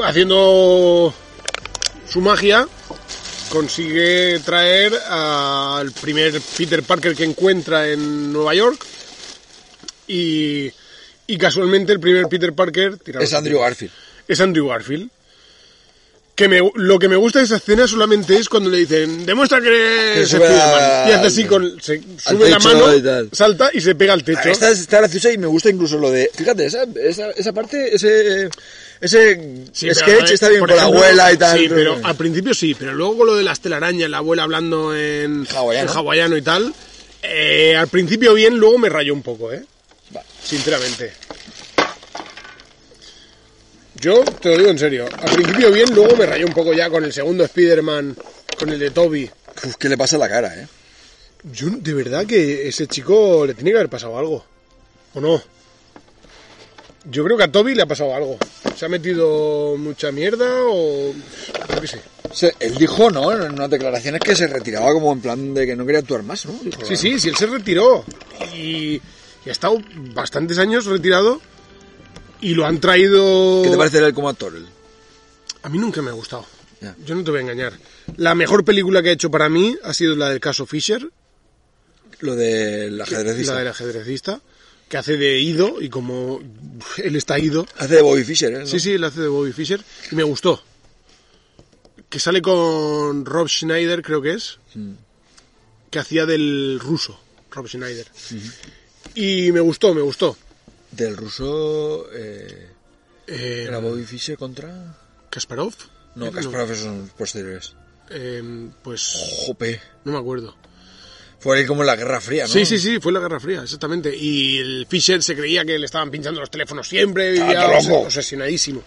Haciendo su magia, consigue traer al primer Peter Parker que encuentra en Nueva York. Y, y casualmente el primer Peter Parker tiraros-
Es Andrew Garfield.
es Andrew Garfield. Que me- lo que me gusta de esa escena solamente es cuando le dicen, demuestra que eres
sube
Spiderman". Y hace
al-
así con. Se sube la
techo
mano,
y tal.
salta y se pega al techo.
Esta está graciosa y me gusta incluso lo de. Fíjate, esa, esa, esa parte, ese. Ese
Sí, pero,
sketch
eh,
está bien
por
con la
ejemplo,
abuela y tal.
Sí, pero al principio sí, pero luego con lo de las telarañas, la abuela hablando en
Hawaiano.
en hawaiano y tal. eh, al principio bien, luego me rayó un poco, ¿eh?
Va.
Sinceramente. Yo te lo digo en serio. Al principio bien, luego me rayó un poco ya con el segundo Spider-Man, con el de Toby.
Uf, ¿Qué le pasa a la cara, eh?
Yo, de verdad que ese chico le tiene que haber pasado algo. ¿O no? Yo creo que a Toby le ha pasado algo. ¿Se ha metido mucha mierda o.? Yo qué sé.
Se- él dijo, ¿no? En unas declaraciones que se retiraba como en plan de que no quería actuar más, ¿no? Dijo,
Sí, sí, sí, él se retiró. Y, y ha estado bastantes años retirado. Y lo han traído.
¿Qué te parece él como actor? él?
A mí nunca me ha gustado.
Ya.
Yo no te voy a engañar. La mejor película que ha hecho para mí ha sido la del caso Fisher,
Lo del ajedrecista.
la del ajedrecista, que hace de ido y como él está ido,
Hace de Bobby Fischer, ¿eh? ¿no?
Sí, sí, el hace de Bobby Fischer. Y me gustó. Que sale con Rob Schneider, creo que es. Que hacía del ruso, Rob Schneider. Y me gustó, me gustó.
Del ruso. Eh,
Eh,
¿Era Bobby Fischer contra.?
¿Kasparov?
No, Kasparov son posteriores.
Eh, pues
Jope.
no me acuerdo.
Fue ahí como en la Guerra Fría, ¿no?
Sí, sí, sí, fue la Guerra Fría, exactamente. Y el Fisher se creía que le estaban pinchando los teléfonos siempre, vivía
Ah, loco.
obses- obsesionadísimo.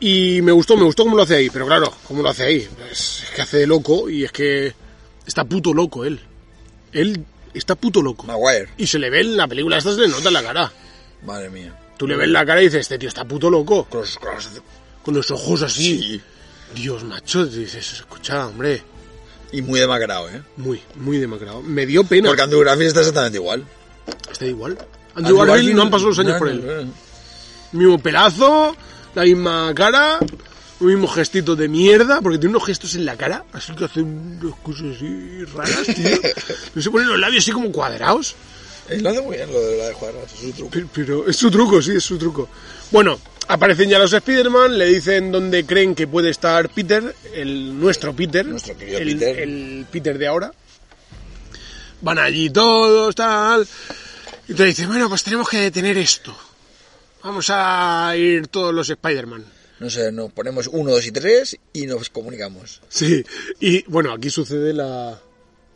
Y me gustó, me gustó cómo lo hace ahí, pero claro, cómo lo hace ahí. Es, es que hace de loco y es que está puto loco él. Él está puto loco.
Maguire.
Y se le ve en la película, esta se le nota en la cara.
Madre mía.
Tú le ves la cara y dices, este tío está puto loco.
Con los- con los-
Con los ojos así.
Sí.
Dios, macho, dices, escucha, hombre.
Y muy demacrado, ¿eh?
Muy, muy demacrado. Me dio pena.
Porque Andrew Garfield está exactamente igual.
Está igual. Andrew Garfield no han pasado los años
no, ¿eh?
por
no,
él.
no, no.
mismo pelazo, la misma cara, un mismo gestito de mierda, porque tiene unos gestos en la cara, así que hace unas cosas así raras, tío. No se ponen los labios así como cuadrados.
Él lo hace muy bien lo de la de jugar, es su truco.
Pero, pero es su truco, sí, es su truco. Bueno, aparecen ya los Spider-Man, le dicen dónde creen que puede estar Peter, el nuestro Peter,
Nuestro querido
el,
Peter.
el Peter de ahora. Van allí todos, tal. Y te dicen, bueno, pues tenemos que detener esto. Vamos a ir todos los Spider-Man.
No sé, nos ponemos uno, dos y tres y nos comunicamos.
Sí, y bueno, aquí sucede la...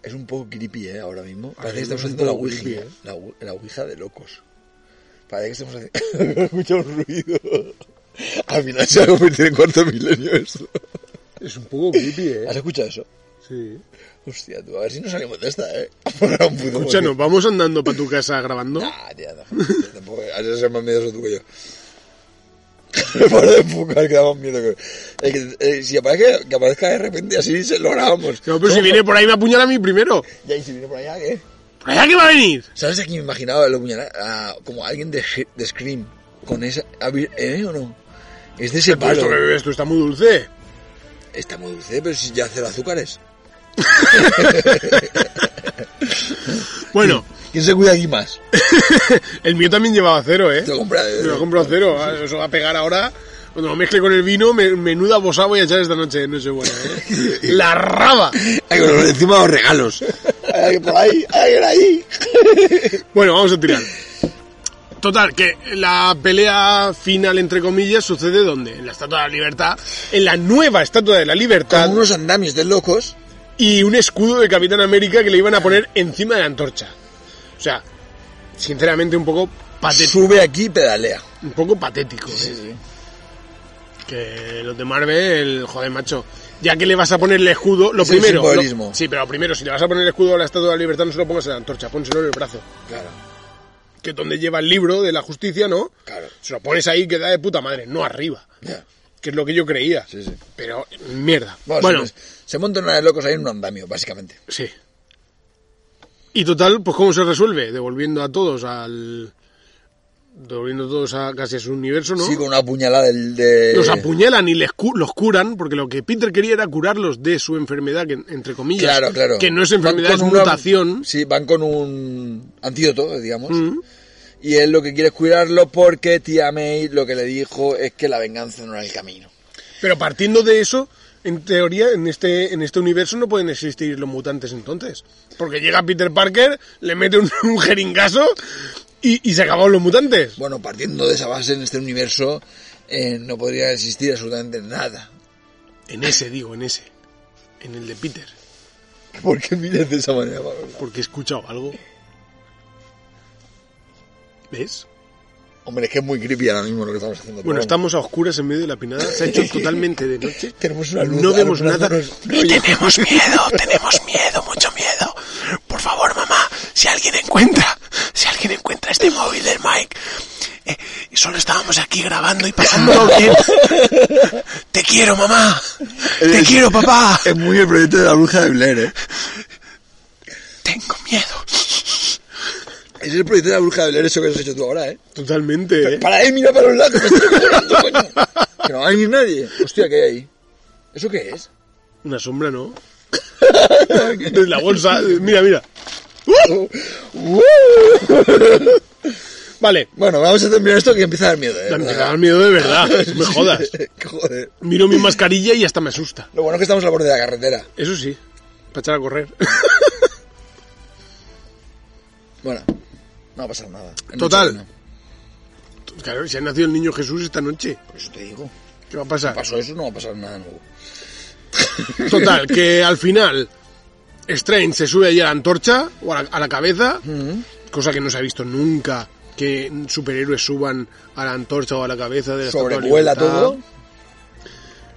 Es un poco creepy, ¿eh? Ahora mismo. Parece que
mismo Ah,
estamos
es un
haciendo la
poco
ouija.
creepy, ¿eh?
la, ou- la ouija de locos. Parece que estamos haciendo... Escucha un ruido. Al final se va a convertir en cuarto milenio esto.
Es un poco creepy, ¿eh?
¿Has escuchado eso?
Sí.
Hostia, tú, a ver si nos salimos de esta, ¿eh? Ahora un puto
Escúchanos, ¿vamos andando para tu casa grabando?
Ah, tía, no, tío, tampoco. Has de ser más miedoso tú que yo. Me parece enfocar que da más miedo que. Eh, que, eh, si aparezca, que aparezca de repente así, se lo grabamos.
No, pero si viene por ahí me apuñala a mí primero.
Ya, y si viene por allá, ¿qué?
¿Por allá que va a venir?
¿Sabes a quién me imaginaba lo puñalar? A- como alguien de, Sh- de Scream. Con esa. a ver, ¿Eh o no? Es de ese
Pero esto que
palo.
bebes tú está muy dulce.
Está muy dulce, pero si ya cero azúcares.
Bueno,
¿Quién se cuida aquí más?
el mío también llevaba cero, ¿eh?
Te lo compra.
Me lo compro a cero. Ah, Eso va a pegar ahora. Cuando lo mezcle con el vino, me- menuda bosa voy a echar esta noche. No sé, bueno, ¿eh? ¡La raba!
Ay, con los- encima los regalos. Ay, por ahí, ay, por ahí.
Bueno, vamos a tirar. Total, que la pelea final, entre comillas, sucede ¿dónde? En la Estatua de la Libertad, en la nueva Estatua de la Libertad,
Con unos andamios de locos.
y un escudo de Capitán América que le iban a poner encima de la antorcha. O sea, sinceramente un poco patético.
Sube aquí y pedalea.
Un poco patético. ¿eh? Que los de Marvel, joder, macho. Ya que le vas a poner el escudo, lo
Es el
primero. lo-
simbolismo.
sí, pero primero, si le vas a poner el escudo a la Estatua de la Libertad, no se lo pongas en la antorcha, pónselo en el brazo.
Claro,
Que es donde lleva el libro de la justicia, ¿no?
claro.
Se lo pones ahí que da de puta madre, no arriba.
Ya.
Que es lo que yo creía.
Sí, sí.
Pero, mierda.
Bueno,
bueno,
se, se montan una de locos ahí en un andamio, básicamente.
Sí. Y total, pues ¿cómo se resuelve? Devolviendo a todos al... Devolviendo a todos a casi a su universo, ¿no?
Sí, con una puñalada del de...
Los apuñalan y les cu- los curan, porque lo que Peter quería era curarlos de su enfermedad, que, entre comillas,
Claro, claro.
que no es
Van
enfermedad,
con
es
una-
mutación.
Sí, van con un antídoto, digamos.
Mm.
Y él lo que quiere es cuidarlo porque tía May lo que le dijo es que la venganza no era el camino.
Pero partiendo de eso, en teoría, en este, en este universo no pueden existir los mutantes entonces. Porque llega Peter Parker, le mete un, un jeringazo y, y se acabaron los mutantes.
Bueno, partiendo de esa base en este universo eh, no podría existir absolutamente nada.
En ese, digo, en ese. En el de Peter.
¿Por qué miras de esa manera, Pablo?
Porque he escuchado algo. ¿Ves?
Hombre, es que es muy creepy ahora mismo lo que estamos haciendo.
Bueno,
pero
estamos a oscuras en medio de la pinada. Se ha hecho totalmente de noche.
Tenemos una luz
No vemos nada.
alumbrándonos.
Tenemos miedo, tenemos miedo, mucho miedo. Por favor, mamá, si alguien encuentra, si alguien encuentra este móvil del Mike. eh, y solo estábamos aquí grabando y pasándolo bien. Te quiero, mamá. Te
Eres-
quiero, papá.
Es muy el proyecto de la bruja de Blair, ¿eh?
Tengo miedo.
Es el proyecto de la bruja de Blair eso que has hecho tú ahora, ¿eh?
Totalmente, ¿eh?
Para él, mira para los lados, me estoy muriendo, coño. Que no va a venir nadie. Hostia, ¿qué hay ahí? ¿Eso qué es?
Una sombra, ¿no? De la bolsa. Mira, mira. Vale.
Bueno, vamos a terminar esto que empieza a dar miedo, ¿eh?
Me da miedo de verdad. No Me jodas.
Joder.
Miro mi mascarilla y hasta me asusta.
Lo bueno es que estamos al borde de la carretera.
Eso sí. Para echar a correr.
Bueno, no va a pasar nada. En
Total.
Nochebuena.
Claro, si ha nacido el niño Jesús esta noche.
Por eso te digo.
¿Qué va a pasar?
Pasó eso, no va a pasar nada nuevo.
Total, que al final Strange se sube allí a la antorcha o a la, a la cabeza, cosa que no se ha visto nunca, que superhéroes suban a la antorcha o a la cabeza de la Estatua de
Sobrevuela
Libertad.
todo.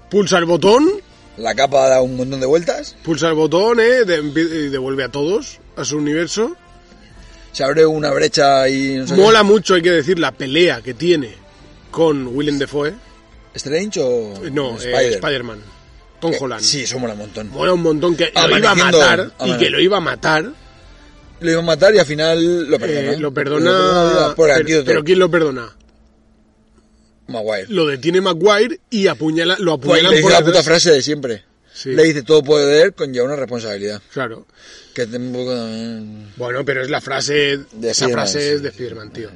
Pulsa el botón,
La capa da un montón de vueltas.
pulsa el botón, eh, de- y devuelve a todos a su universo.
Se abre una brecha y... No sé
Mola mucho, hay que decir, la pelea que tiene con Willem Dafoe,
qué. ¿Strange o...?
eh, no, eh,
Spider.
Spider-Man, Tom Holland.
Sí, eso mola un montón.
Mola un montón que lo iba a
Amaneciendo.
matar y que
Amane-
lo iba a matar.
Lo iba a matar y al final lo perdona.
eh, lo perdona.
por el
pero,
antídoto.
pero ¿quién lo perdona?
Maguire.
lo detiene Maguire y apuñala, lo
Pues
apuñalan
le dice
por
Pues la
detrás.
puta frase de siempre.
Sí.
Le dice todo poder conlleva una responsabilidad.
Claro.
Que te- un poco, eh,
Bueno, pero es la frase,
De
esa
Spiderman, sí,
frase es de
sí,
Spiderman, tío.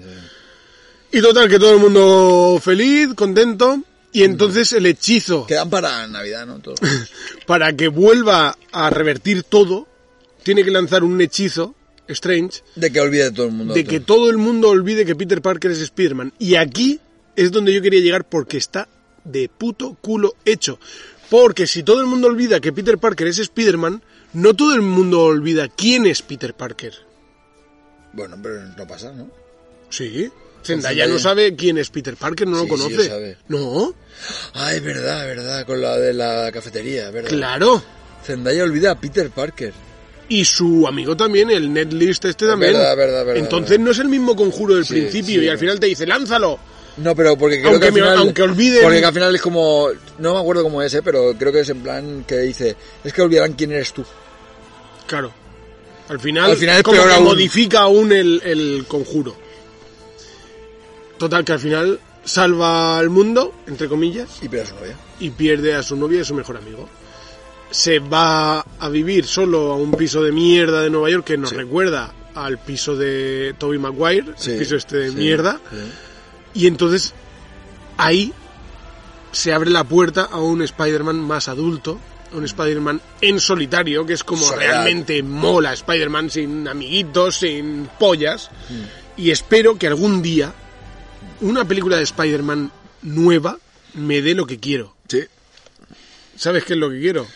Y total, que todo el mundo feliz, contento, y
Mm.
entonces el hechizo
Quedan para Navidad, ¿no? Todo.
para que vuelva a revertir todo, tiene que lanzar un hechizo, Strange,
De que olvide todo el mundo.
de
tú.
que todo el mundo olvide que Peter Parker es Spiderman. Y aquí es donde yo quería llegar porque está de puto culo hecho. Porque si todo el mundo olvida que Peter Parker es Spiderman, no todo el mundo olvida quién es Peter Parker.
Bueno, pero no pasa, ¿no?
Sí. Zendaya
Zendaya.
no sabe quién es Peter Parker, no
Pues Sí,
lo
sí,
conoce.
lo sabe.
No,
Ah, es verdad, es verdad. Con la de la cafetería, es ¿verdad?
claro.
Zendaya olvida a Peter Parker.
Y su amigo también, el Netlist este
Es
también.
verdad, verdad, verdad,
Entonces
verdad.
no es el mismo conjuro del
Sí,
principio
sí.
y al final te dice, lánzalo.
No, pero porque creo
Aunque
que al
me-
final,
aunque olviden-
Porque al final es como... No me acuerdo cómo es, ¿eh? Pero creo que es en plan que dice... Es que olvidarán quién eres tú.
Claro. Al final,
Al final es
como
peor
que
aún.
modifica aún el, el conjuro. Total, que al final salva al mundo, entre comillas,
Y pero su novia.
y pierde a su novia y a su mejor amigo. Se va a vivir solo a un piso de mierda de Nueva York que nos recuerda al piso de Toby Maguire,
Sí,
el piso este de
sí,
mierda.
sí.
Y entonces ahí se abre la puerta a un Spider-Man más adulto, a un Spider-Man en solitario, que es como
Soledad. Mm.
realmente mola Spider-Man sin amiguitos, sin pollas. Y espero que algún día una película de Spider-Man nueva me dé lo que quiero.
Sí,
¿Sabes qué es lo que quiero?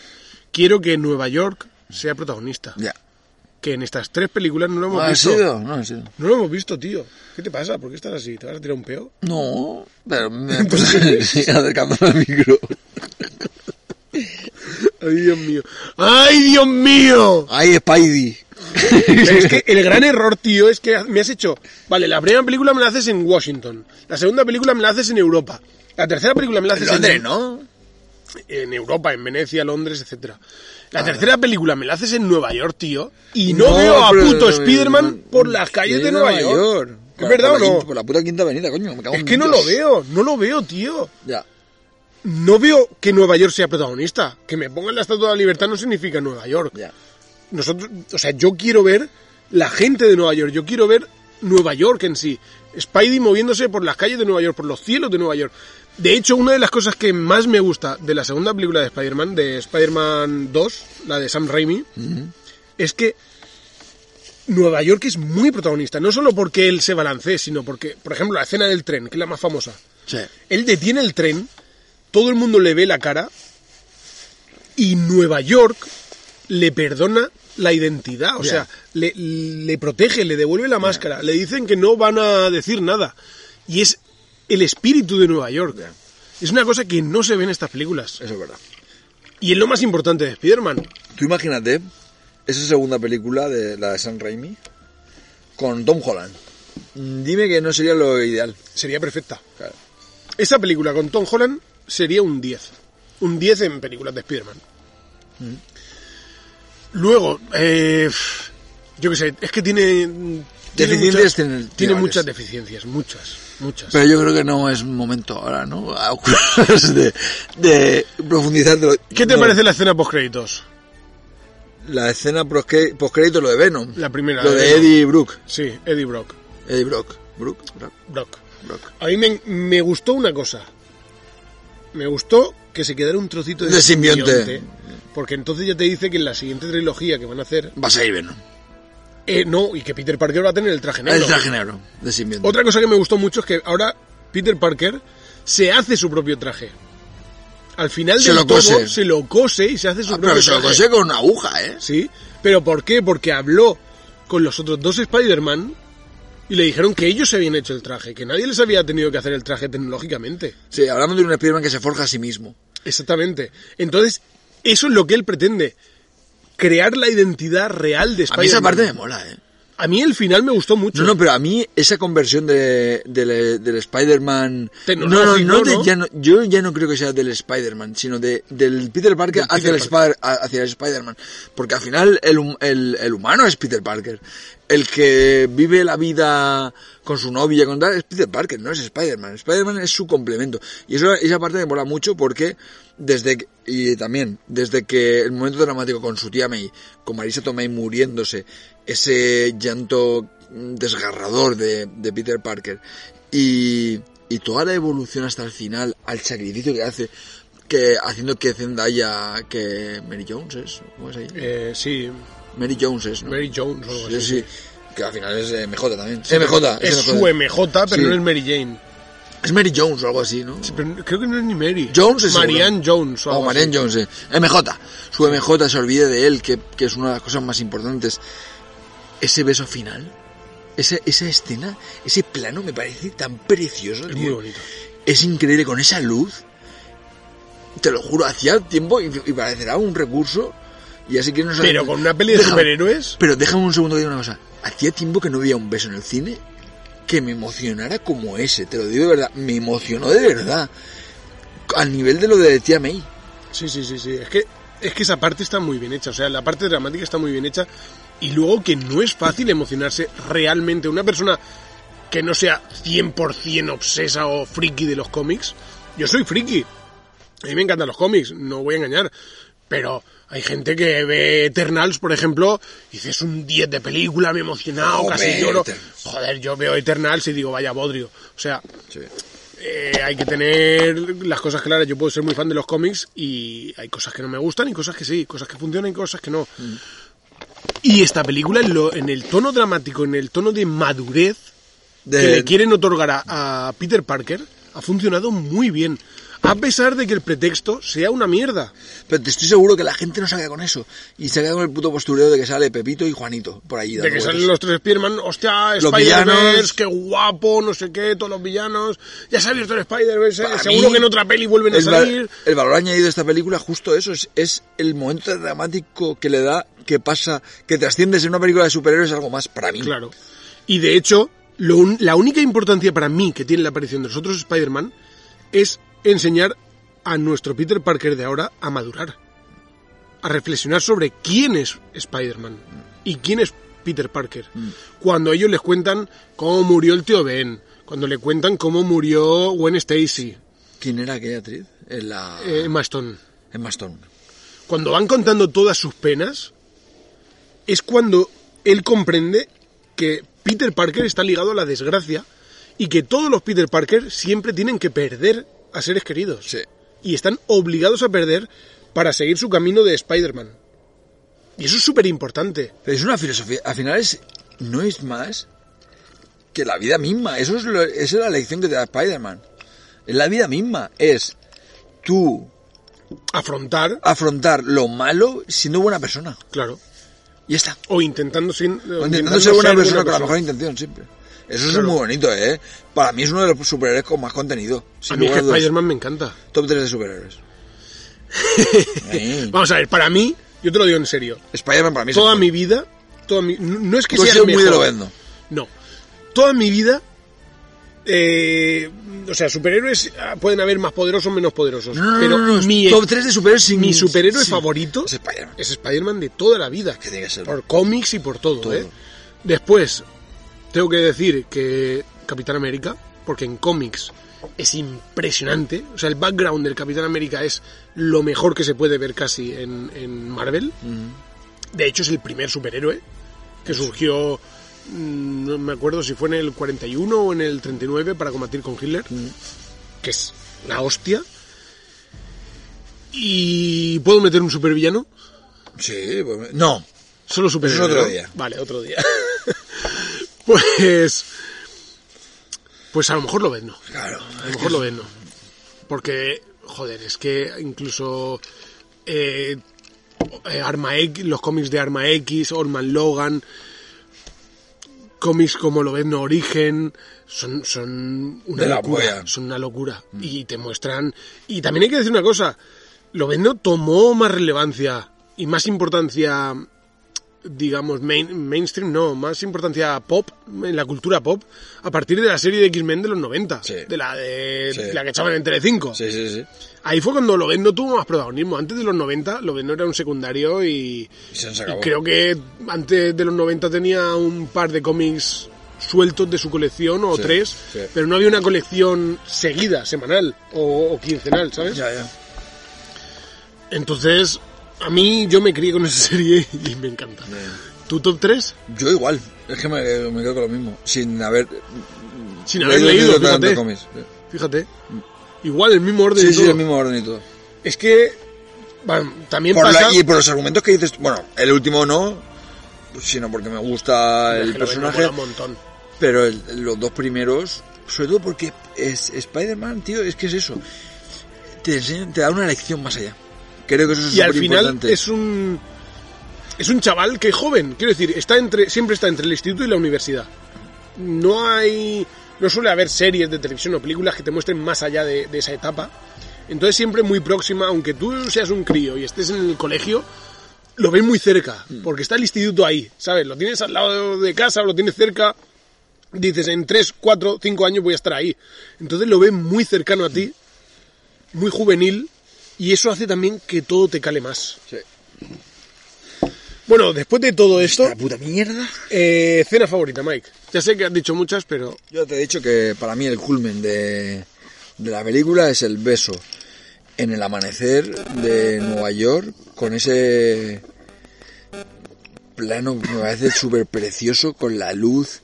Quiero que Nueva York sea protagonista.
ya.
Que en estas tres películas no lo hemos
No ha
visto.
sido, no ha sido.
No lo hemos visto, tío. ¿Qué te pasa? ¿Por qué estás así? ¿Te vas a tirar un peo?
No, pero me sí, acercándome al micro.
¡Ay, Dios mío! ¡Ay, Dios mío!
¡Ay, Spidey!
Pero es que el gran error, tío, es que me has hecho... Vale, la primera película me la haces en Washington. La segunda película me la haces en Europa. La tercera película me la haces en...
Londres, ¿no?
en Europa, en Venecia, Londres, etcétera.
Ah.
La tercera película me la haces en Nueva York, tío, y no, veo a
pero-
puto Spider-Man por las calles de Nueva York. ¿Es
Por-
verdad
por la
o no?
quinta- por la puta quinta avenida, coño. Me cago
Es
en
que no
Dios.
lo veo, no lo veo, tío.
Ya.
No veo que Nueva York sea protagonista. Que me pongan la Estatua de la Libertad no significa Nueva York.
Ya.
Nosotros, o sea, yo quiero ver la gente de Nueva York, yo quiero ver Nueva York en sí. Spidey moviéndose por las calles de Nueva York, por los cielos de Nueva York. De hecho, una de las cosas que más me gusta de la segunda película de Spider-Man, de Spider-Man 2, la de Sam Raimi, es que Nueva York es muy protagonista. No solo porque él se balancee, sino porque, por ejemplo, la escena del tren, que es la más famosa.
Sí.
Él detiene el tren, todo el mundo le ve la cara y Nueva York le perdona la identidad, o
Ya.
sea, le, le protege, le devuelve la máscara, le dicen que no van a decir nada. Y es el espíritu de Nueva York. Es una cosa que no se ve en estas películas.
Eso es verdad.
Y es lo más importante de Spider-Man.
Tú imagínate esa segunda película de la de Sam Raimi con Tom Holland. Mm, Dime que no sería lo ideal.
Sería perfecta.
Claro.
Esa película con Tom Holland sería un 10. Un 10 en películas de Spider-Man.
Mm.
Luego, eh, pf, yo qué sé, es que tiene... tiene
Deficiencias
muchas-
tiene el- tiene
tiene
varias.
muchas deficiencias, muchas, muchas.
Pero yo creo que no es momento ahora, ¿no? A oscuras de, de profundizar. de lo-
¿Qué te
no,
parece la escena post-créditos?
La escena prosque- postcrédito, lo de Venom.
La primera,
Lo
de
de
Venom.
Eddie Brook.
Sí, Eddie Brock.
Eddie Brock. Brook. Brock.
Brock.
Brock.
A mí me, me gustó una cosa. Me gustó que se quedara un trocito de,
De simbionte.
Porque entonces ya te dice que en la siguiente trilogía que van a hacer...
Va a ser Venom.
eh, no, y que Peter Parker va a tener el traje negro.
El traje negro de simbionte.
Otra cosa que me gustó mucho es que ahora Peter Parker se hace su propio traje. Al final
Se
del
lo
todo,
cose.
se lo cose y se hace su
Ah,
propio
pero se lo
traje.
consigue con una aguja, ¿eh?
Sí, pero ¿por qué? Porque habló con los otros dos Spider-Man y le dijeron que ellos se habían hecho el traje, que nadie les había tenido que hacer el traje tecnológicamente.
Sí, hablamos de un Spider-Man que se forja a sí mismo.
Exactamente. Entonces, eso es lo que él pretende. Crear la identidad real de
A mí esa
Spider-Man.
parte me mola, ¿eh?
A mí el final me gustó mucho.
No, no, pero a mí esa conversión de, del- del Spider-man... No, no,
Tecnológico,
no, de-
¿no?
ya no- yo ya no creo que sea del Spider-Man, sino de, del Peter Parker
Del
hacia,
Peter
el Spider- a- hacia el Spider-Man. Porque al final el, hum- el- el humano es Peter Parker. El que vive la vida con su novia, con tal, es Peter Parker, no es Spider-Man. Spider-Man es su complemento. Y eso, esa parte me mola mucho porque desde que- y también desde que el momento dramático con su tía May, con Marisa Tomei muriéndose, ese llanto mm, desgarrador de, de Peter Parker y, y toda la evolución hasta el final, al sacrificio que hace, que haciendo que Zendaya, que Mary Jones es, ¿cómo es ella?
Eh, sí,
Mary Jones es, ¿no?
Mary Jones o algo
Sí,
así.
sí, que al final es eh, MJ también. MJ,
Es
MJ.
su MJ, pero
Sí.
no es Mary Jane.
Es Mary Jones o algo así, ¿no?
Sí, pero creo que no es ni Mary.
Jones es
Marianne Jones. o
O
algo así.
Marianne Jones, sí. MJ. Su MJ se olvide de él, que, que es una de las cosas más importantes. Ese beso final, esa, esa escena, ese plano me parece tan precioso.
Es
tío.
muy bonito.
Es increíble con esa luz. Te lo juro, hacía tiempo y, y parecerá un recurso. Y así que no sabe-
Pero con una peli de
Déjame-
superhéroes.
Pero déjame un segundo que diga una cosa. Hacía tiempo que no veía un beso en el cine que me emocionara como ese, te lo digo de verdad. Me emocionó de verdad. Al nivel de lo de Tía May.
Sí, sí, sí, sí. Es que, es que esa parte está muy bien hecha. O sea, la parte dramática está muy bien hecha. Y luego que no es fácil emocionarse realmente. Una persona que no sea 100% obsesa o friki de los cómics. Yo soy friki. A mí me encantan los cómics, no voy a engañar. Pero hay gente que ve Eternals, por ejemplo, y dice, es un 10 de película, me he emocionado,
Joder,
casi lloro.
Eternals.
Joder, yo veo Eternals y digo, vaya bodrio. O sea,
Sí.
eh, hay que tener las cosas claras. Yo puedo ser muy fan de los cómics y hay cosas que no me gustan y cosas que sí, cosas que funcionan y cosas que no.
Mm.
Y esta película, en, lo- en el tono dramático, en el tono de madurez,
De-
que le quieren otorgar a, a Peter Parker ha funcionado muy bien. A pesar de que el pretexto sea una mierda.
Pero te estoy seguro que la gente no se queda con eso. Y se queda con el puto postureo de que sale Pepito y Juanito por ahí.
De
dando
que
vueltas.
salen los tres Spider-Man, hostia,
Los
Spider-Verse,
villanos.
qué guapo, no sé qué, todos los villanos. Ya se ha abierto el Spider-Verse, eh,
Para
seguro
mí,
que en otra peli vuelven a
el, va-
salir.
el valor añadido de esta película, justo eso, es, es el momento dramático que le da, que pasa, que trasciende en una película de superhéroes a algo más para mí.
Claro. Y de hecho, lo un- la única importancia para mí que tiene la aparición de los otros Spider-Man es enseñar a nuestro Peter Parker de ahora a madurar. A reflexionar sobre quién es Spider-Man y quién es Peter Parker. Cuando ellos les cuentan cómo murió el tío Ben, cuando le cuentan cómo murió Gwen Stacy,
¿Quién era aquella actriz? En la...
eh, Emma Stone.
En Maston.
cuando van contando todas sus penas, es cuando él comprende que Peter Parker está ligado a la desgracia y que todos los Peter Parker siempre tienen que perder a seres queridos.
Sí.
Y están obligados a perder para seguir su camino de Spider-Man. Y eso es súper importante.
Pero es una filosofía, al final es, no es más que la vida misma. Eso es, lo- esa es la lección que te da Spider-Man. Es la vida misma. Es tú
Afrontar,
afrontar lo malo siendo buena persona.
claro.
Y ya está.
O intentando, sin, o
O
intentando
Intentando ser buena
ser
persona con
buena
la mejor
persona.
intención siempre. Eso
Claro.
es muy bonito, ¿eh? Para mí es uno de los superhéroes con más contenido.
A
Sin
mí es que
lugar a dudas.
Spider-Man me encanta.
Top 3 de superhéroes. Ahí.
Vamos a ver, para mí, yo te lo digo en serio,
Spider-Man para mí es
toda
el
mi vida, toda mi, no no es que
Tú has
sea
sido
el
muy
mejor.
de lo vendo.
No. Toda mi vida. eh, o sea, superhéroes ah, pueden haber más poderosos o menos poderosos.
No, no,
pero
no, no,
mi,
top 3 de superhéroes sin-
mi superhéroe
sí.
favorito
Es Spider-Man.
es Spider-Man de toda la vida.
Que tiene que ser.
Por cómics y por todo,
Todo.
¿eh? Después, tengo que decir que Capitán América, porque en cómics es impresionante. O sea, el background del Capitán América es lo mejor que se puede ver casi en, en Marvel. De hecho, es el primer superhéroe que surgió, mm, no me acuerdo si fue en el 41 o en el 39 para combatir con Hitler, que es la hostia. ¿Y puedo meter un supervillano?
Sí, pues- no.
Solo superhéroe.
Eso es otro
¿no?
día.
Vale, otro día. pues. Pues a lo mejor lo ves, ¿no?
Claro.
A lo mejor lo ven, ¿no? Porque, joder, es que incluso eh, eh, Arma X, los cómics de Arma X, Orman Logan, cómics como lo ven, no Origen, son, son una
De la
locura.
polla. Mm.
Son una locura. Y te muestran. Y también hay que decir una cosa: lo ven, no tomó más relevancia y más importancia digamos, main- mainstream, no, más importancia pop, en la cultura pop, a partir de la serie de X-Men de los 90,
Sí.
de la de
Sí.
la que echaban en Telecinco.
Sí, sí, sí.
Ahí fue cuando Lovendo tuvo más protagonismo. Antes de los 90, Lovendo era un secundario y,
Y se nos
y
acabó.
creo que antes de los 90 tenía un par de cómics sueltos de su colección o
Sí,
tres,
sí.
pero no había una colección seguida, semanal o, o quincenal, ¿sabes?
Ya, ya.
Entonces, a mí yo me crié con esa serie y me encanta. ¿Tu top 3?
Yo igual. Es que me, me quedo con lo mismo. Sin haber...
Sin haber
me he
leído,
tanto
fíjate.
cómics.
Fíjate. Igual, el mismo orden
Sí,
y
sí,
todo.
el mismo orden y todo.
Es que bueno, también
Por la-
pasa...
y por los argumentos que dices... Bueno, el último no, pues, sino porque me gusta
Es
el
que lo vendo
personaje.
mola un montón.
Pero el- los dos primeros, sobre todo porque es Spider-Man, tío, es que es eso. Te, enseña- te da una lección más allá. Creo que eso es
Y al
súper
final
importante.
es un... Es un chaval que es joven. Quiero decir, está entre, siempre está entre el instituto y la universidad. No hay... No suele haber series de televisión o películas que te muestren más allá de, de esa etapa. Entonces siempre muy próxima, aunque tú seas un crío y estés en el colegio, lo ves muy cerca,
Mm.
porque está el instituto ahí, ¿sabes? Lo tienes al lado de casa, lo tienes cerca, dices, en 3, 4, 5 años voy a estar ahí. Entonces lo ves muy cercano a ti, muy juvenil, y eso hace también que todo te cale más.
Sí.
Bueno, después de todo esto,
La puta mierda.
eh, cena favorita, Mike. Ya sé que has dicho muchas, pero
Yo te he dicho que para mí el culmen de, de la película es el beso en el amanecer de Nueva York con ese plano que me parece súper precioso con la luz,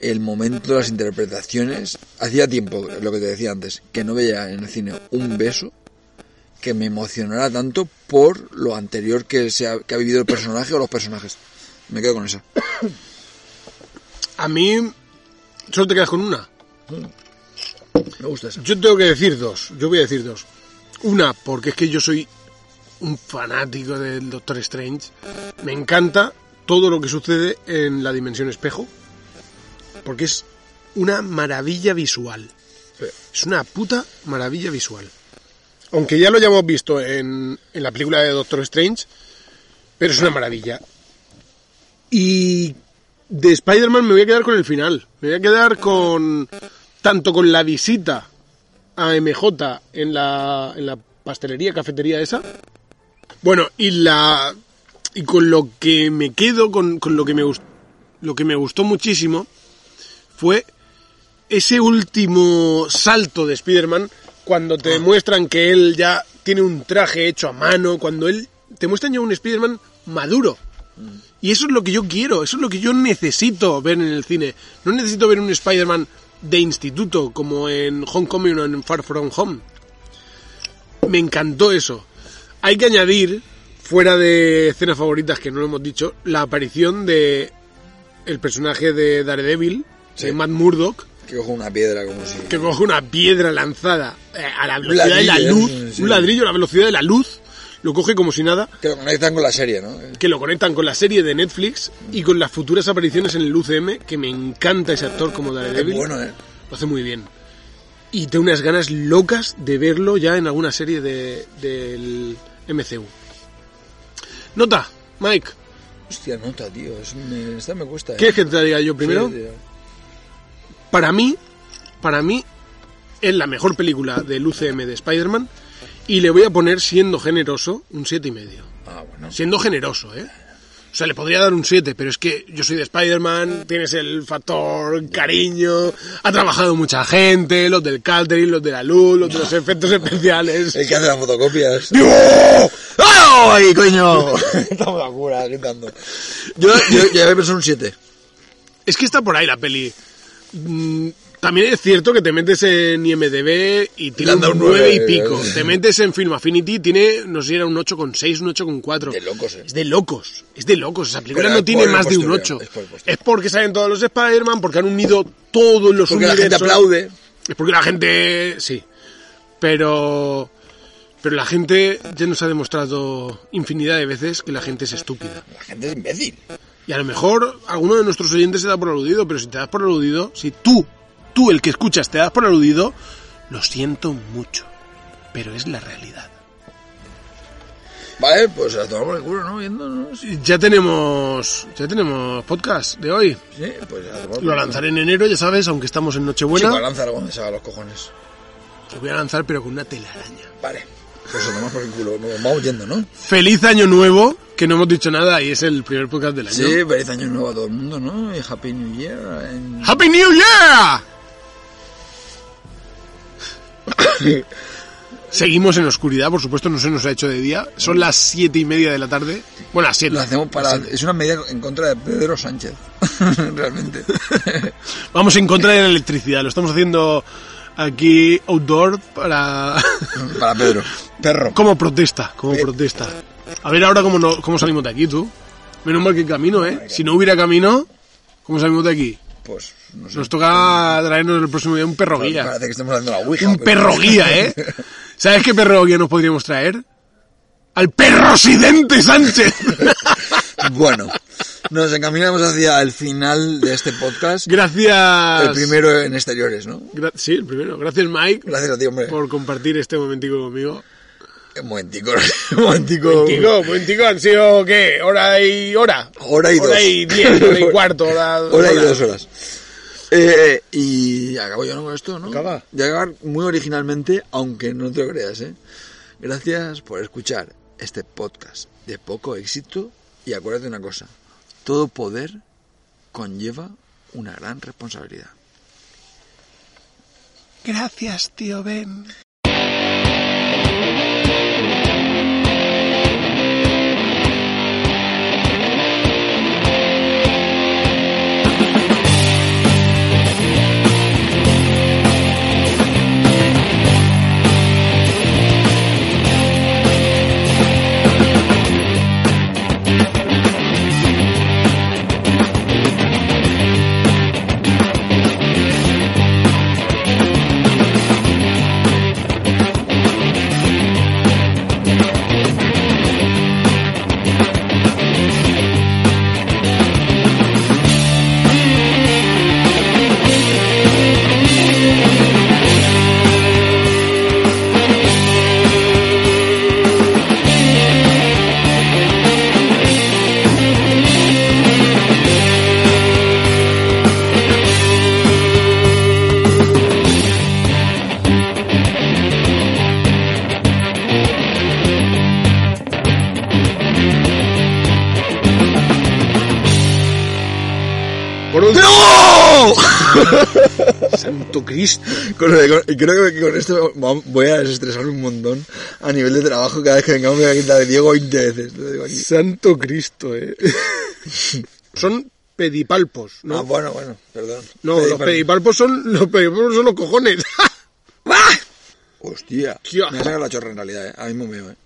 el momento, las interpretaciones. Hacía tiempo, lo que te decía antes, que no veía en el cine un beso que me emocionara tanto por lo anterior que, se ha, que ha vivido el personaje o los personajes. Me quedo con esa.
a mí Solo te quedas con una.
Me gusta esa.
Yo tengo que decir dos. Yo voy a decir dos. Una, porque es que yo soy un fanático del Doctor Strange. Me encanta todo lo que sucede en la dimensión espejo. Porque es una maravilla visual. Es una puta maravilla visual. Aunque ya lo hayamos visto en, en la película de Doctor Strange. Pero es una maravilla. Y de Spider-Man me voy a quedar con el final. Me voy a quedar con. Tanto con la visita a MJ en la, en la pastelería, cafetería esa. Bueno, y la. Y con lo que me quedo, con, con lo que me gust- Lo que me gustó muchísimo fue ese último salto de Spider-Man cuando te muestran que él ya tiene un traje hecho a mano, cuando él te muestran ya un Spider-Man maduro. Y eso es lo que yo quiero, eso es lo que yo necesito ver en el cine. No necesito ver un Spider-Man de instituto como en Homecoming o en Far From Home. Me encantó eso. Hay que añadir, fuera de escenas favoritas que no lo hemos dicho, la aparición de el personaje de Daredevil,
Sí.
de Matt Murdock,
Que cojo una piedra como si...
que coge una piedra lanzada eh, a la velocidad de la
ladrillo,
luz,
¿eh? Sí.
un ladrillo a la velocidad de la luz, lo coge como si nada,
Que lo conectan con la serie, ¿no?
que lo conectan con la serie de Netflix y con las futuras apariciones en el UCM, que me encanta ese actor como
Es
Daredevil,
bueno, ¿eh?
lo hace muy bien. Y tengo unas ganas locas de verlo ya en alguna serie de- del MCU. Nota, Mike,
Hostia, nota, tío. Es, me, esta me cuesta, ¿eh?
¿quieres que te la diga yo primero?
Sí, tío.
para mí, para mí, es la mejor película del UCM de Spider-Man y le voy a poner, siendo generoso, un siete y medio.
Ah, bueno.
Siendo generoso, ¿eh? O sea, le podría dar un 7, pero es que yo soy de Spider-Man, tienes el factor cariño, ha trabajado mucha gente, los del catering, los de la luz, los de los efectos especiales.
El que hace las fotocopias. ¡Digo! ¡Ay, coño! Estamos a cura, gritando. Yo, yo, yo he pensado un 7.
Es que está por ahí la peli. Mm, También es cierto que te metes en IMDB y
Le
tiene
han
un 9,
dado un
y
nueve,
pico.
eh.
Te metes en Film Affinity, tiene, no sé si era un 8,6, un 8,4.
De locos, eh.
Es de locos, es de locos. Esa película
Pero
no
es
tiene
por el
más de un
postureo,
8.
es por el postureo.
Es porque salen todos los Spider-Man, porque han unido todos los
Porque la gente
universos.
aplaude.
Es porque la gente, sí. Pero, pero la gente ya nos ha demostrado infinidad de veces que la gente es estúpida.
La gente es imbécil.
Y a lo mejor alguno de nuestros oyentes se da por aludido, pero si te das por aludido, si tú, tú el que escuchas te das por aludido, lo siento mucho, pero es la realidad.
Vale, pues la tomamos el culo, ¿no? Viéndonos. Sí,
Ya tenemos, ya tenemos podcast de hoy.
pues la tomamos.
Lo lanzaré en enero, ya sabes, aunque estamos en
Chico,
Nochebuena.
lánzalo cuando se haga los cojones.
Lo voy a lanzar pero con una telaraña.
Vale. Pues la tomamos por el culo. Nos vamos yendo, ¿no?
Feliz año nuevo, que no hemos dicho nada y es el primer podcast del año.
Sí, feliz año nuevo a todo el mundo, ¿no? Y Happy New Year. en-
Happy New Year. Seguimos en oscuridad, por supuesto, no se nos ha hecho de día. Son las siete y media de la tarde. Bueno, las siete.
Lo hacemos para... Es una medida en contra de Pedro Sánchez. Realmente.
Vamos en contra de la electricidad. Lo estamos haciendo aquí outdoor para
para Pedro. Perro.
como protesta, como protesta. A ver ahora cómo no, cómo salimos de aquí, tú. Menos mal que hay camino, ¿eh? Si no hubiera camino, ¿cómo salimos de aquí?
Pues no sé.
Nos toca traernos el próximo día un perro guía.
Parece que estamos haciendo la ouija.
Un
pero-
perro guía, ¿eh? ¿Sabes qué perro guía nos podríamos traer? ¡Al perrosidente Sánchez!
Bueno, nos encaminamos hacia el final de este podcast.
Gracias.
El primero en exteriores, ¿no?
Gra- sí, el primero. Gracias, Mike,
Gracias a ti, hombre.
por compartir este momentico conmigo.
Un momentico, un momentico.
momentico, han sido, ¿qué? ¿Hora y hora?
Hora y dos.
diez, hora y cuarto, hora...
Hora y dos horas. Eh, y acabo yo ¿no? con esto, ¿no?
Acaba.
De acabar muy originalmente, aunque no te lo creas, ¿eh? Gracias por escuchar este podcast de poco éxito. Y acuérdate una cosa: todo poder conlleva una gran responsabilidad.
Gracias, tío Ben.
cabrón.
¡No!
¡Santo Cristo!
Con lo de- con- y creo que con esto va- voy a desestresarme un montón a nivel de trabajo. Cada vez que vengamos me voy a quitar de Diego 20 veces. lo digo aquí.
¡Santo Cristo, eh! Son pedipalpos, ¿no?
Ah, bueno, bueno, perdón.
no,
Pedí
los
perdón.
pedipalpos son los, pedipalpos son los cojones.
¡Ah! Hostia.
Tía.
Me ha sacado la chorra en realidad, eh. A mí me veo, eh.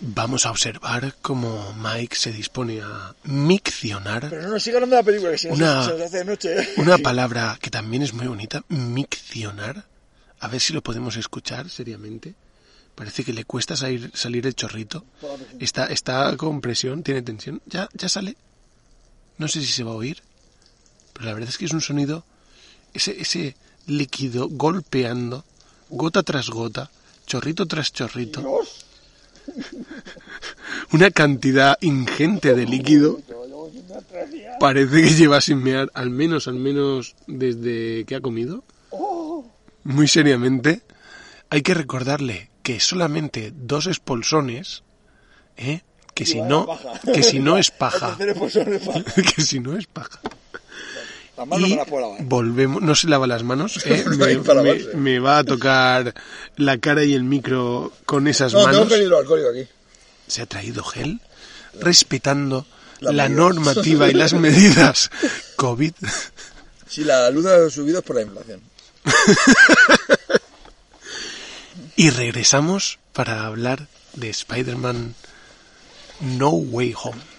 Vamos a observar cómo Mike se dispone a miccionar
Pero no nos siga hablando de la película que se
nos- Una- se nos
hace de noche. eh.
una palabra que también es muy bonita, miccionar. A ver si lo podemos escuchar seriamente. Parece que le cuesta salir, salir el chorrito. Está, está con presión, tiene tensión. Ya, ya sale. No sé si se va a oír, pero la verdad es que es un sonido, ese, ese líquido golpeando, gota tras gota, chorrito tras chorrito. Una cantidad ingente de líquido. Parece que lleva sin mear al menos, al menos desde que ha comido. Muy seriamente. Hay que recordarle que solamente dos expulsones, ¿eh? que si no, que si no es paja, que si no es paja.
Las manos
Y
me las puedo lavar.
volvemos, no se lava las manos, ¿eh?
No
me,
hay para
me-
lavarse.
me va a tocar la cara y el micro con esas
No, tengo
manos.
un peligro alcohólico aquí.
Se ha traído gel, respetando
Las
la
medidas.
normativa y las medidas COVID.
Si la luz ha subido es por la inflación.
Y regresamos para hablar de Spider-Man No Way Home.